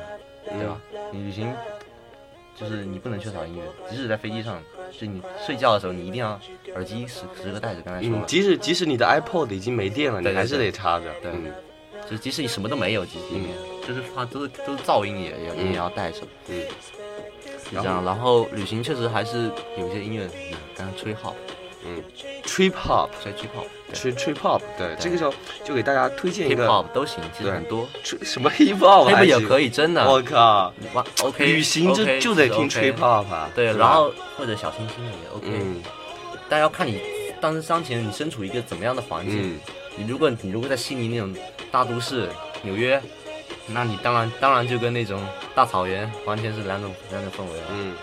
S1: 嗯
S2: 对吧？你旅行就是你不能缺少音乐，即使在飞机上，就你睡觉的时候，你一定要耳机时时刻戴着。刚才说
S1: 嗯，
S2: 了，
S1: 即使即使你的 iPod 已经没电了，你
S2: 对对
S1: 还是
S2: 对
S1: 得插着。
S2: 对
S1: 嗯
S2: 就是即使你什么都没有，其实里面嗯就是它都是都是噪音也也
S1: 嗯
S2: 也要带着，
S1: 嗯，
S2: 是这样。然后旅行确实还是有些音乐，嗯刚刚吹号，
S1: ，trip hop。
S2: 吹吹泡对
S1: trip trip hop，对，这个时候就给大家推荐一
S2: ，hip
S1: 个
S2: hop 都行，其实
S1: 对
S2: 很多
S1: tr- 什么 hip hop，
S2: ，hip
S1: 还
S2: hop 也可
S1: 以。
S2: 以，真的。
S1: 我靠，
S2: 哇，OK，
S1: 哦旅行就
S2: OK，
S1: 就得
S2: 是
S1: 听
S2: OK
S1: trip hop 啊。
S2: 对，
S1: 是吧
S2: 然后或者小清新的也 OK，、
S1: 嗯
S2: 但要看你当时当前你身处一个怎么样的环境。
S1: 嗯，
S2: 你如果你如果在悉尼那种大都市，纽约，那你当然当然就跟那种大草原完全是两种两种氛围了，
S1: 嗯，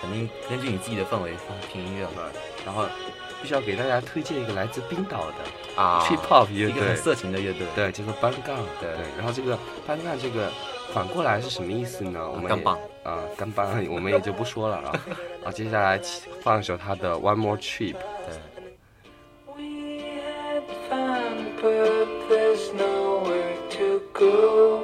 S2: 肯定根据你自己的氛围听音乐
S1: 对
S2: 了。
S1: 然后必须要给大家推荐一个来自冰岛的
S2: 啊
S1: trip hop 乐
S2: 一个很
S1: 队，
S2: 色情的乐队，
S1: 对，叫做班杠，
S2: 对
S1: 对。然后这个班杠这个反过来是什么意思呢？我
S2: 啊
S1: 们
S2: 钢
S1: 也
S2: 棒
S1: 啊，干班 我们也就不说了啊。啊，接下来起放一首他的 One More Trip，
S2: 对，
S3: We had fun, but there's nowhere to go.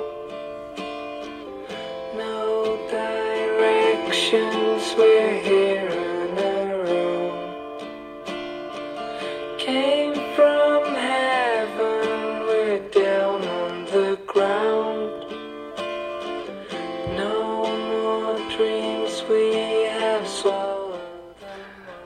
S3: No directions, we're here on our own. Came from heaven, we're down on the ground. No more dreams, we have swallowed.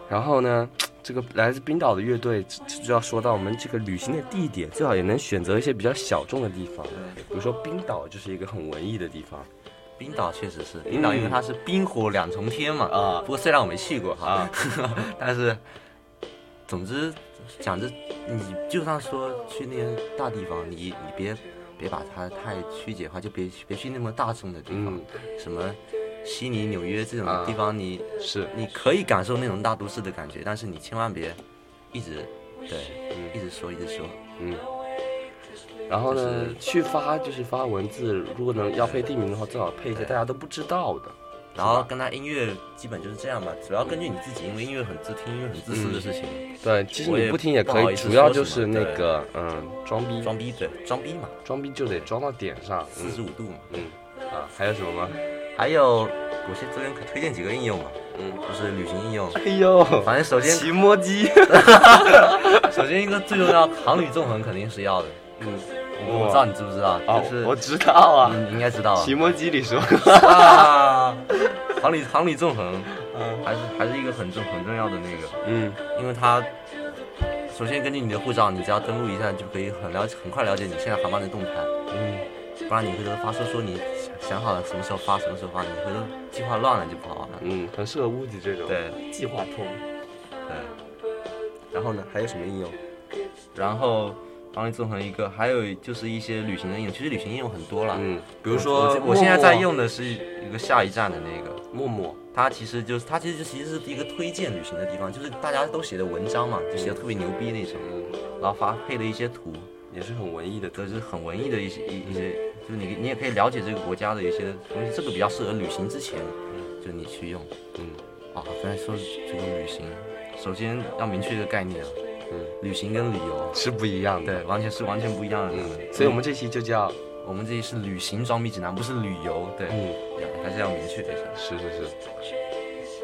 S1: 然后呢，这个来自冰岛的乐队就就要说到我们这个旅行的地点，最好也能选择一些比较小众的地方，比如说冰岛就是一个很文艺的地方
S2: 冰岛确实是冰岛，因为它是冰火两重天嘛。
S1: 嗯啊
S2: 不过虽然我没去过哈，
S1: 啊，
S2: 但是，总之讲这，你就算说去那些大地方，你你别别把它太曲解化，就别去别去那么大众的地方，
S1: 嗯
S2: 什么悉尼、纽约这种
S1: 啊
S2: 地方，你
S1: 是，
S2: 你可以感受那种大都市的感觉，但是你千万别一直对、一直说一直说，
S1: 嗯。然后呢，
S2: 就是
S1: 去发就是发文字，如果能要配地名的话，最好配一些
S2: 对
S1: 大家都不知道的。
S2: 然后跟他音乐基本就是这样吧，主要根据你自己，因为音乐很自听音乐很自私的事情，
S1: 对，其实
S2: 我
S1: 你
S2: 也
S1: 不听也
S2: 不
S1: 可
S2: 好
S1: 以，
S2: 意思
S1: 主要
S2: 说
S1: 就
S2: 什
S1: 是
S2: 么
S1: 那
S2: 对
S1: 个嗯，装逼，
S2: 装逼对装逼嘛，
S1: 装逼就得装到点上。
S2: 四十
S1: 嗯
S2: 五度嘛。
S1: 嗯啊，还有什么吗？
S2: 还有，我先这边推荐几个应用嘛，
S1: 嗯，
S2: 就是旅行应用。
S1: 哎呦，
S2: 反正首先，
S1: 骑摩机，
S2: 首先一个最重要，航旅纵横肯定是要的。
S1: 嗯，
S2: 我不知道你知不知道，
S1: 哦
S2: 就，是
S1: 我知道啊，
S2: 你你应该知道
S1: 骑摩机里说，
S2: 啊。航旅航旅纵横还是还是一个很重很重要的那个，
S1: 嗯
S2: 因为它首先根据你的护照，你只要登录一下就可以很了解很快了解你现在航班的动态，
S1: 嗯，
S2: 不然你回头发说说你想想好了什么时候发什么时候发，你回头计划乱了就不好玩了。
S1: 嗯，很适合屋子这种，
S2: 对，
S1: 计划通。
S2: 对，然后呢，还有什么应用？然后帮你纵横一个，还有就是一些旅行的应用。其实旅行应用很多了，
S1: 嗯，
S2: 比如说
S1: 我
S2: 我现在在用的是一个下一站的那个，
S1: 陌陌，
S2: 它其实就是它其实就其实是一个推荐旅行的地方，就是大家都写的文章嘛，就写的特别牛逼那种，
S1: 嗯，
S2: 然后发配的一些图，
S1: 也是很文艺的歌，
S2: 都是很文艺的一些一一些，就是你你也可以了解这个国家的一些东西，这个比较适合旅行之前，就你去用。
S1: 嗯
S2: 啊，刚才说这个旅行，首先要明确一个概念啊，
S1: 嗯，
S2: 旅行跟旅游，
S1: 是不一样
S2: 对，
S1: 的。
S2: 完全是完全不一样的。
S1: 嗯，所以我们这期就叫，
S2: 我们这里是旅行装逼指南，不是旅游，对，
S1: 嗯，
S2: 要嗯还是要明确一下。
S1: 是是是，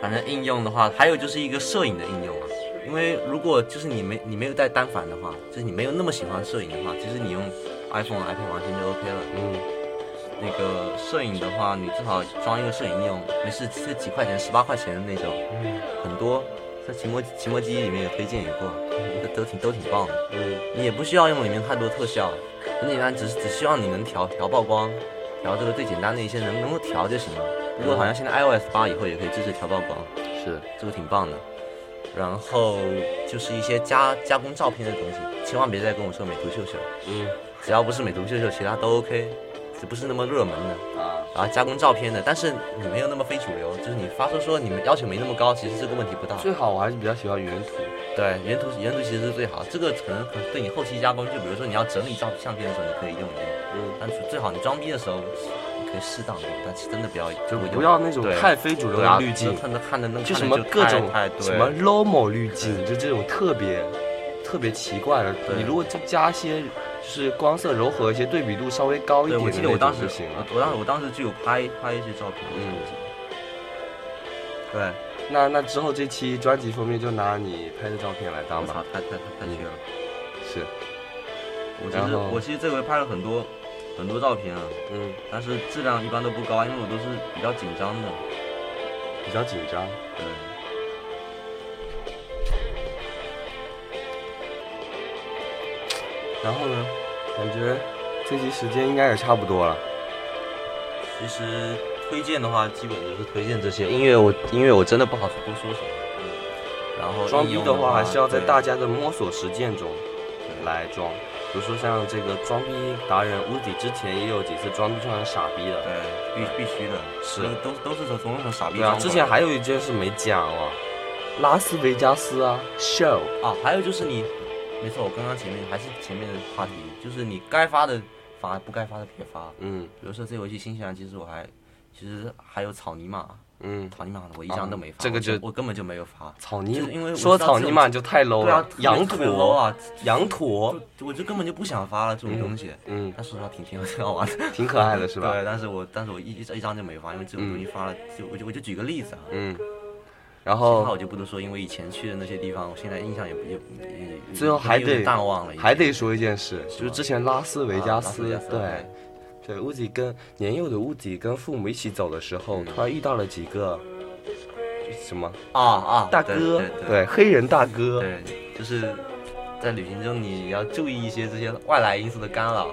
S2: 反正应用的话，还有就是一个摄影的应用啊，因为如果就是你没你没有带单反的话，就是你没有那么喜欢摄影的话，其实你用 iPhone、iPad 完全就 OK 了。
S1: 嗯
S2: 那个摄影的话，你最好装一个摄影应用，没事，这几块钱、十八块钱的那种，很多。在奇摩奇摩机里面有推荐也过，都都挺都挺棒的。
S1: 嗯
S2: 你也不需要用里面太多特效，很简单，只是只希望你能调调曝光，调这个最简单的一些能能够调就行了。不过好像现在 iOS 八以后也可以支持调曝光，
S1: 是，
S2: 这个挺棒的。然后就是一些加加工照片的东西，千万别再跟我说美图秀秀，
S1: 嗯
S2: 只要不是美图秀秀，其他都 OK，只不是那么热门的。
S1: 啊，
S2: 然后加工照片的，但是你没有那么非主流，就是你发说说你们要求没那么高，其实这个问题不大。
S1: 最好我还是比较喜欢原图，
S2: 对，原图原图其实是最好，这个可能可能对你后期加工，就比如说你要整理照相片的时候，你可以用一用。
S1: 嗯
S2: 但是最好你装逼的时候，可以适当用，但是真的不要
S1: 就
S2: 过用
S1: 不要那种
S2: 对
S1: 太非主流
S2: 对啊
S1: 的滤镜，
S2: 看的看的那
S1: 就
S2: 看
S1: 什
S2: 得
S1: 么各
S2: 太
S1: 种
S2: 太对
S1: 什么 Lomo 滤镜，就这种特别特别奇怪的。你如果就加些就是光色柔和一些，对比度稍微高一点
S2: 对，
S1: 的
S2: 我
S1: 那
S2: 记
S1: 种
S2: 得我当时
S1: 就行了。
S2: 我我当时我当时就有拍拍一些照片，
S1: 嗯
S2: 我记得。对，
S1: 那那之后这期专辑封面就拿你拍的照片来当
S2: 我操
S1: 吧。，
S2: 太太太太缺了。
S1: 是，
S2: 我其
S1: 然
S2: 实
S1: 后
S2: 我其实这回拍了很多很多照片啊，
S1: 嗯，
S2: 但是质量一般都不高，因为我都是比较紧张的。
S1: 比较紧张。
S2: 对。
S1: 然后呢，感觉这期时间应该也差不多了。
S2: 其实推荐的话，基本就是推荐这些音乐我，音乐我真的不好多说什么。然后
S1: 装
S2: 应
S1: 逼
S2: 用
S1: 的
S2: 嗯的
S1: 话，还是要在
S2: 对
S1: 大家的摸索实践中来装。比如说像这个装逼达人乌迪，之前也有几次装逼装成傻逼的。
S2: 对必必须的，
S1: 是
S2: 都都是从从那种傻逼
S1: 对啊，
S2: 装
S1: 之
S2: 过
S1: 前
S2: 来
S1: 还有一件事没讲啊，拉斯维加斯啊，show，
S2: 啊，还有就是你，没错，我刚刚前面还是前面的话题，就是你该发的发，不该发的别发。
S1: 嗯
S2: 比如说这游戏新西兰，其实我还其实还有草泥马，
S1: 嗯，
S2: 草泥马我一张都没发，
S1: 这个
S2: 我
S1: 就
S2: 我根本就没有发。
S1: 草泥
S2: 就是因为我
S1: 说
S2: 知道
S1: 草泥
S2: 这种
S1: 马就太 low
S2: 对啊
S1: 了，，
S2: 特
S1: 羊
S2: 别特别 low
S1: 驼，
S2: 啊，
S1: 羊驼，
S2: 就我就根本就不想发了这种东西。
S1: 嗯，
S2: 但是它挺挺挺好玩的，
S1: 挺可爱的是吧？
S2: 对，但啊是我但是我一一一张就没发，因为这种东西发了，就我就我就举个例子啊，
S1: 嗯，然
S2: 其他
S1: 后
S2: 我就不多说，因为以前去的那些地方，我现在印象也不也也也
S1: 最后还
S2: 有点
S1: 得
S2: 淡忘了，已经
S1: 还得说一件事，就是
S2: 吗
S1: 之前拉斯维
S2: 啊
S1: 加
S2: 拉
S1: 斯
S2: 斯维加，
S1: 对
S2: OK。
S1: 对，乌迪跟年幼的乌迪跟父母一起走的时候，
S2: 嗯
S1: 突然遇到了几个什么
S2: 啊啊，
S1: 大
S2: 对
S1: 哥
S2: 对，对
S1: 对黑人大哥，
S2: 对就是在旅行中你要注意一些这些外来因素的干扰，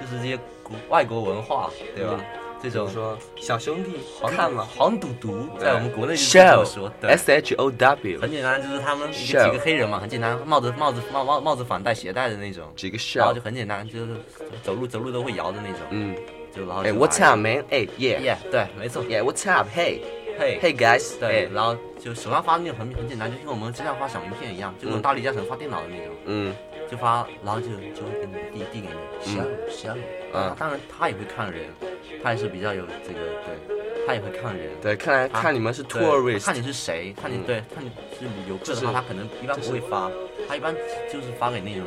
S2: 就是这些国外国文化，对吧？这
S1: 比如
S2: 种
S1: 嗯说小兄弟，
S2: 看嘛，黄赌毒，
S1: 对
S2: 在我们国内就是这么
S1: ，show
S2: 说，对。
S1: s h o w
S2: 很简单，就是他们一个
S1: Shell
S2: 几个黑人嘛，很简单，帽子帽子帽帽帽子反戴鞋带的那种，
S1: 几个
S2: 然后就
S1: show，
S2: 很简单，就是走路走路都会摇的那种，
S1: 嗯，
S2: 就然后
S1: 哎
S2: 哦就
S1: ，What's
S2: 来
S1: up man？哎，yeah
S2: Yeah，对，没错，
S1: yeah What's up？Hey
S2: 嘿
S1: hey guys，
S2: 对
S1: 哎，，
S2: 然后就手上发那种很很简单，就跟我们街上发小名片一样，就跟大力家城发电脑的那种，
S1: 嗯，
S2: 就发，然后就就会给你递递给你，小鲁小鲁，
S1: 嗯
S2: 啊，当然他也会看人，他也是比较有这个，对，他也会看人，
S1: 对，看来
S2: 啊
S1: 看你们是
S2: 对看
S1: tourist，
S2: 你是谁，看你
S1: 嗯
S2: 对，看你是游客
S1: 就
S2: 的
S1: 是
S2: 话，他可能一般不会发，他一般就是发给那种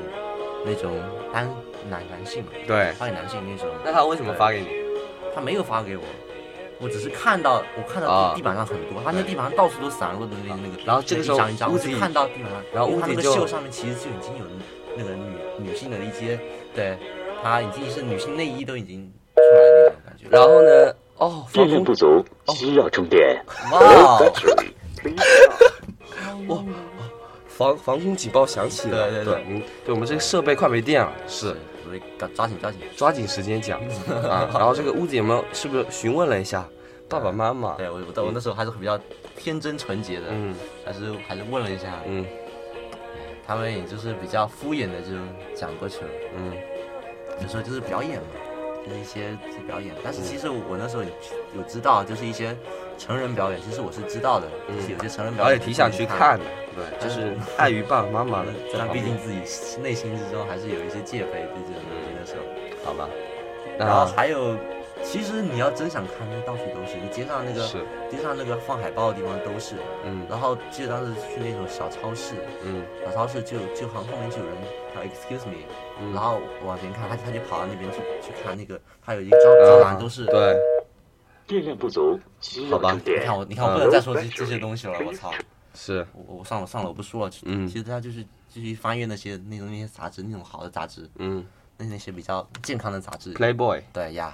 S2: 那种单男男性嘛，
S1: 对，
S2: 发给男性那种，
S1: 那他为什么发给你？
S2: 他没有发给我，我只是看到我看
S1: 啊
S2: 到地地板上很多，他那
S1: 对
S2: 地板上到处都散落的那那个，
S1: 然后这个时候
S2: 一张一张，
S1: 屋
S2: 我
S1: 子里
S2: 只看到地板上，
S1: 然后
S2: 因为他
S1: 屋
S2: 那
S1: 子
S2: 个
S1: 就
S2: 秀上面其实就已经有那个女女性的一些，对，她已经是女性内衣都已经出来的那种感觉，
S1: 然后呢？哦，
S5: 电
S1: 防
S5: 量
S1: 空
S5: 不足，需要充电。
S2: 哇
S5: Low
S1: 哎
S2: 哦，
S5: battery, please charge.
S1: 防防空警报响起了，
S2: 对对
S1: 对
S2: 对，
S1: 嗯对我们这个设备快没电了，啊是
S2: 对，所以抓抓紧抓紧。
S1: 抓紧时间 讲啊。然后这个屋子有没有是不是询问了一下爸爸妈妈？
S2: 对我，我我那时候还是比较天真纯洁的，
S1: 嗯
S2: 还是还是问了一下，哎
S1: 嗯
S2: 他们也就是比较敷衍的就讲过去了，
S1: 嗯，
S2: 就说就是表演嘛，就是一些表演。
S1: 嗯
S2: 但是其实我我那时候有有知道，就是一些成人表演，其实我是知道的，就是有些成人
S1: 嗯然后
S2: 表
S1: 也
S2: 演
S1: 挺想去看
S2: 看，
S1: 的，对，就是碍于爸爸妈 妈的，啊
S2: 但毕竟自己内心之中还是有一些戒备，对这种东西那时候。
S1: 嗯好吧。
S2: 然
S1: 那
S2: 后还有，其实你要真想看，那到处都是，你街上那个
S1: 是
S2: 街上那个放海报的地方都是。
S1: 嗯
S2: 然后记得当时去那种小超市，
S1: 嗯
S2: 小超市就就好像后面就有人叫 excuse me，、然
S1: 嗯
S2: 后我往前看，他他就跑到那边去去看那个，他有一个招招
S1: 啊
S2: 栏都是。
S1: 对，
S5: 电量不足，需
S1: 好
S5: 要
S1: 吧
S5: 充
S2: 你
S5: 电
S2: 看。我，你看我
S1: 啊
S2: 不能再说这这些东西了，我操！
S1: 是
S2: 我我上楼上楼不说了。
S1: 嗯
S2: 其实他就是就是翻阅那些那种那些杂志，那种好的杂志，
S1: 嗯
S2: 那那些比较健康的杂志。
S1: ，Playboy，
S2: 对呀，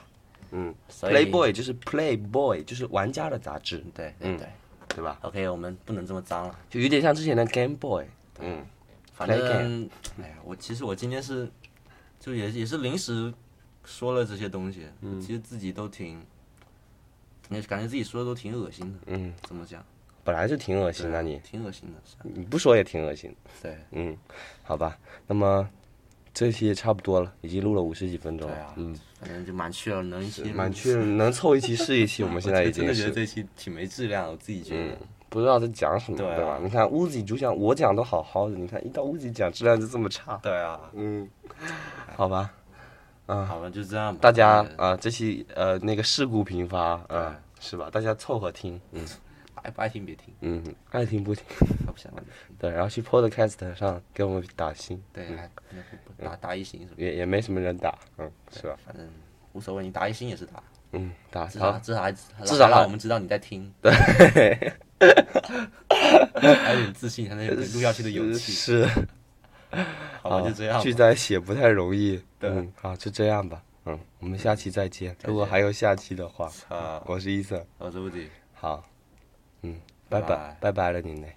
S1: 嗯
S2: 所以
S1: ，Playboy 就是 Playboy，就是玩家的杂志，
S2: 对对
S1: 嗯
S2: 对。
S1: 对吧？
S2: OK，我们不能这么脏了。
S1: 就有点像之前的 Game Boy，嗯，
S2: 反
S1: Play
S2: 正，哎呀，我其实我今天是，就也也是临时说了这些东西，
S1: 嗯
S2: 其实自己都挺，感觉感觉自己说的都挺恶心的，
S1: 嗯，
S2: 怎么讲？
S1: 本来就挺恶心的你，
S2: 挺恶心的，是啊
S1: 你不说也挺恶心。
S2: 对，
S1: 嗯，好吧，那么这期也差不多了，已经录了五十几分钟
S2: 对
S1: 了。
S2: 啊，
S1: 嗯，
S2: 反正就蛮缺了，能一期
S1: 蛮确能凑一期是一期，我
S2: 我
S1: 们现在已
S2: 真
S1: 经
S2: 的觉
S1: 是
S2: 得
S1: 嗯
S2: 这期挺没质量，我自己觉得。
S1: 不知道在讲什么，
S2: 对啊
S1: 吧？你看屋子主讲，我讲都好好的，你看一到屋子讲质量就这么差。
S2: 对啊，
S1: 嗯，好吧，嗯
S2: 好了，就这样吧。
S1: 大家
S2: 嗯
S1: 啊、这期呃那个事故频发啊、
S2: 对
S1: 是吧？大家凑合听，嗯
S2: 爱不爱听别听，
S1: 嗯，爱听不听，
S2: 他不想让你听。
S1: 对，然后去 Podcast 上给我们打星，
S2: 对，还不不打打一星是吧？
S1: 也也没什么人打，嗯，是吧？
S2: 反正无所谓，你打一星也是打，
S1: 嗯，打
S2: 至少
S1: 好，
S2: 至少还
S1: 至少还
S2: 让我们知道你在听。对， 还有点自信，才能有录下去的勇气。
S1: 是，
S2: 好
S1: 啊
S2: 吧，就这样吧。
S1: 聚在一起也不太容易，
S2: 对
S1: 嗯，好，就这样吧，嗯，我们下期再见，如果还有下期的话，
S2: 啊，
S1: 我是伊森，
S2: 我是吴迪。
S1: 好，嗯，拜
S2: 拜
S1: 拜，拜拜了您嘞。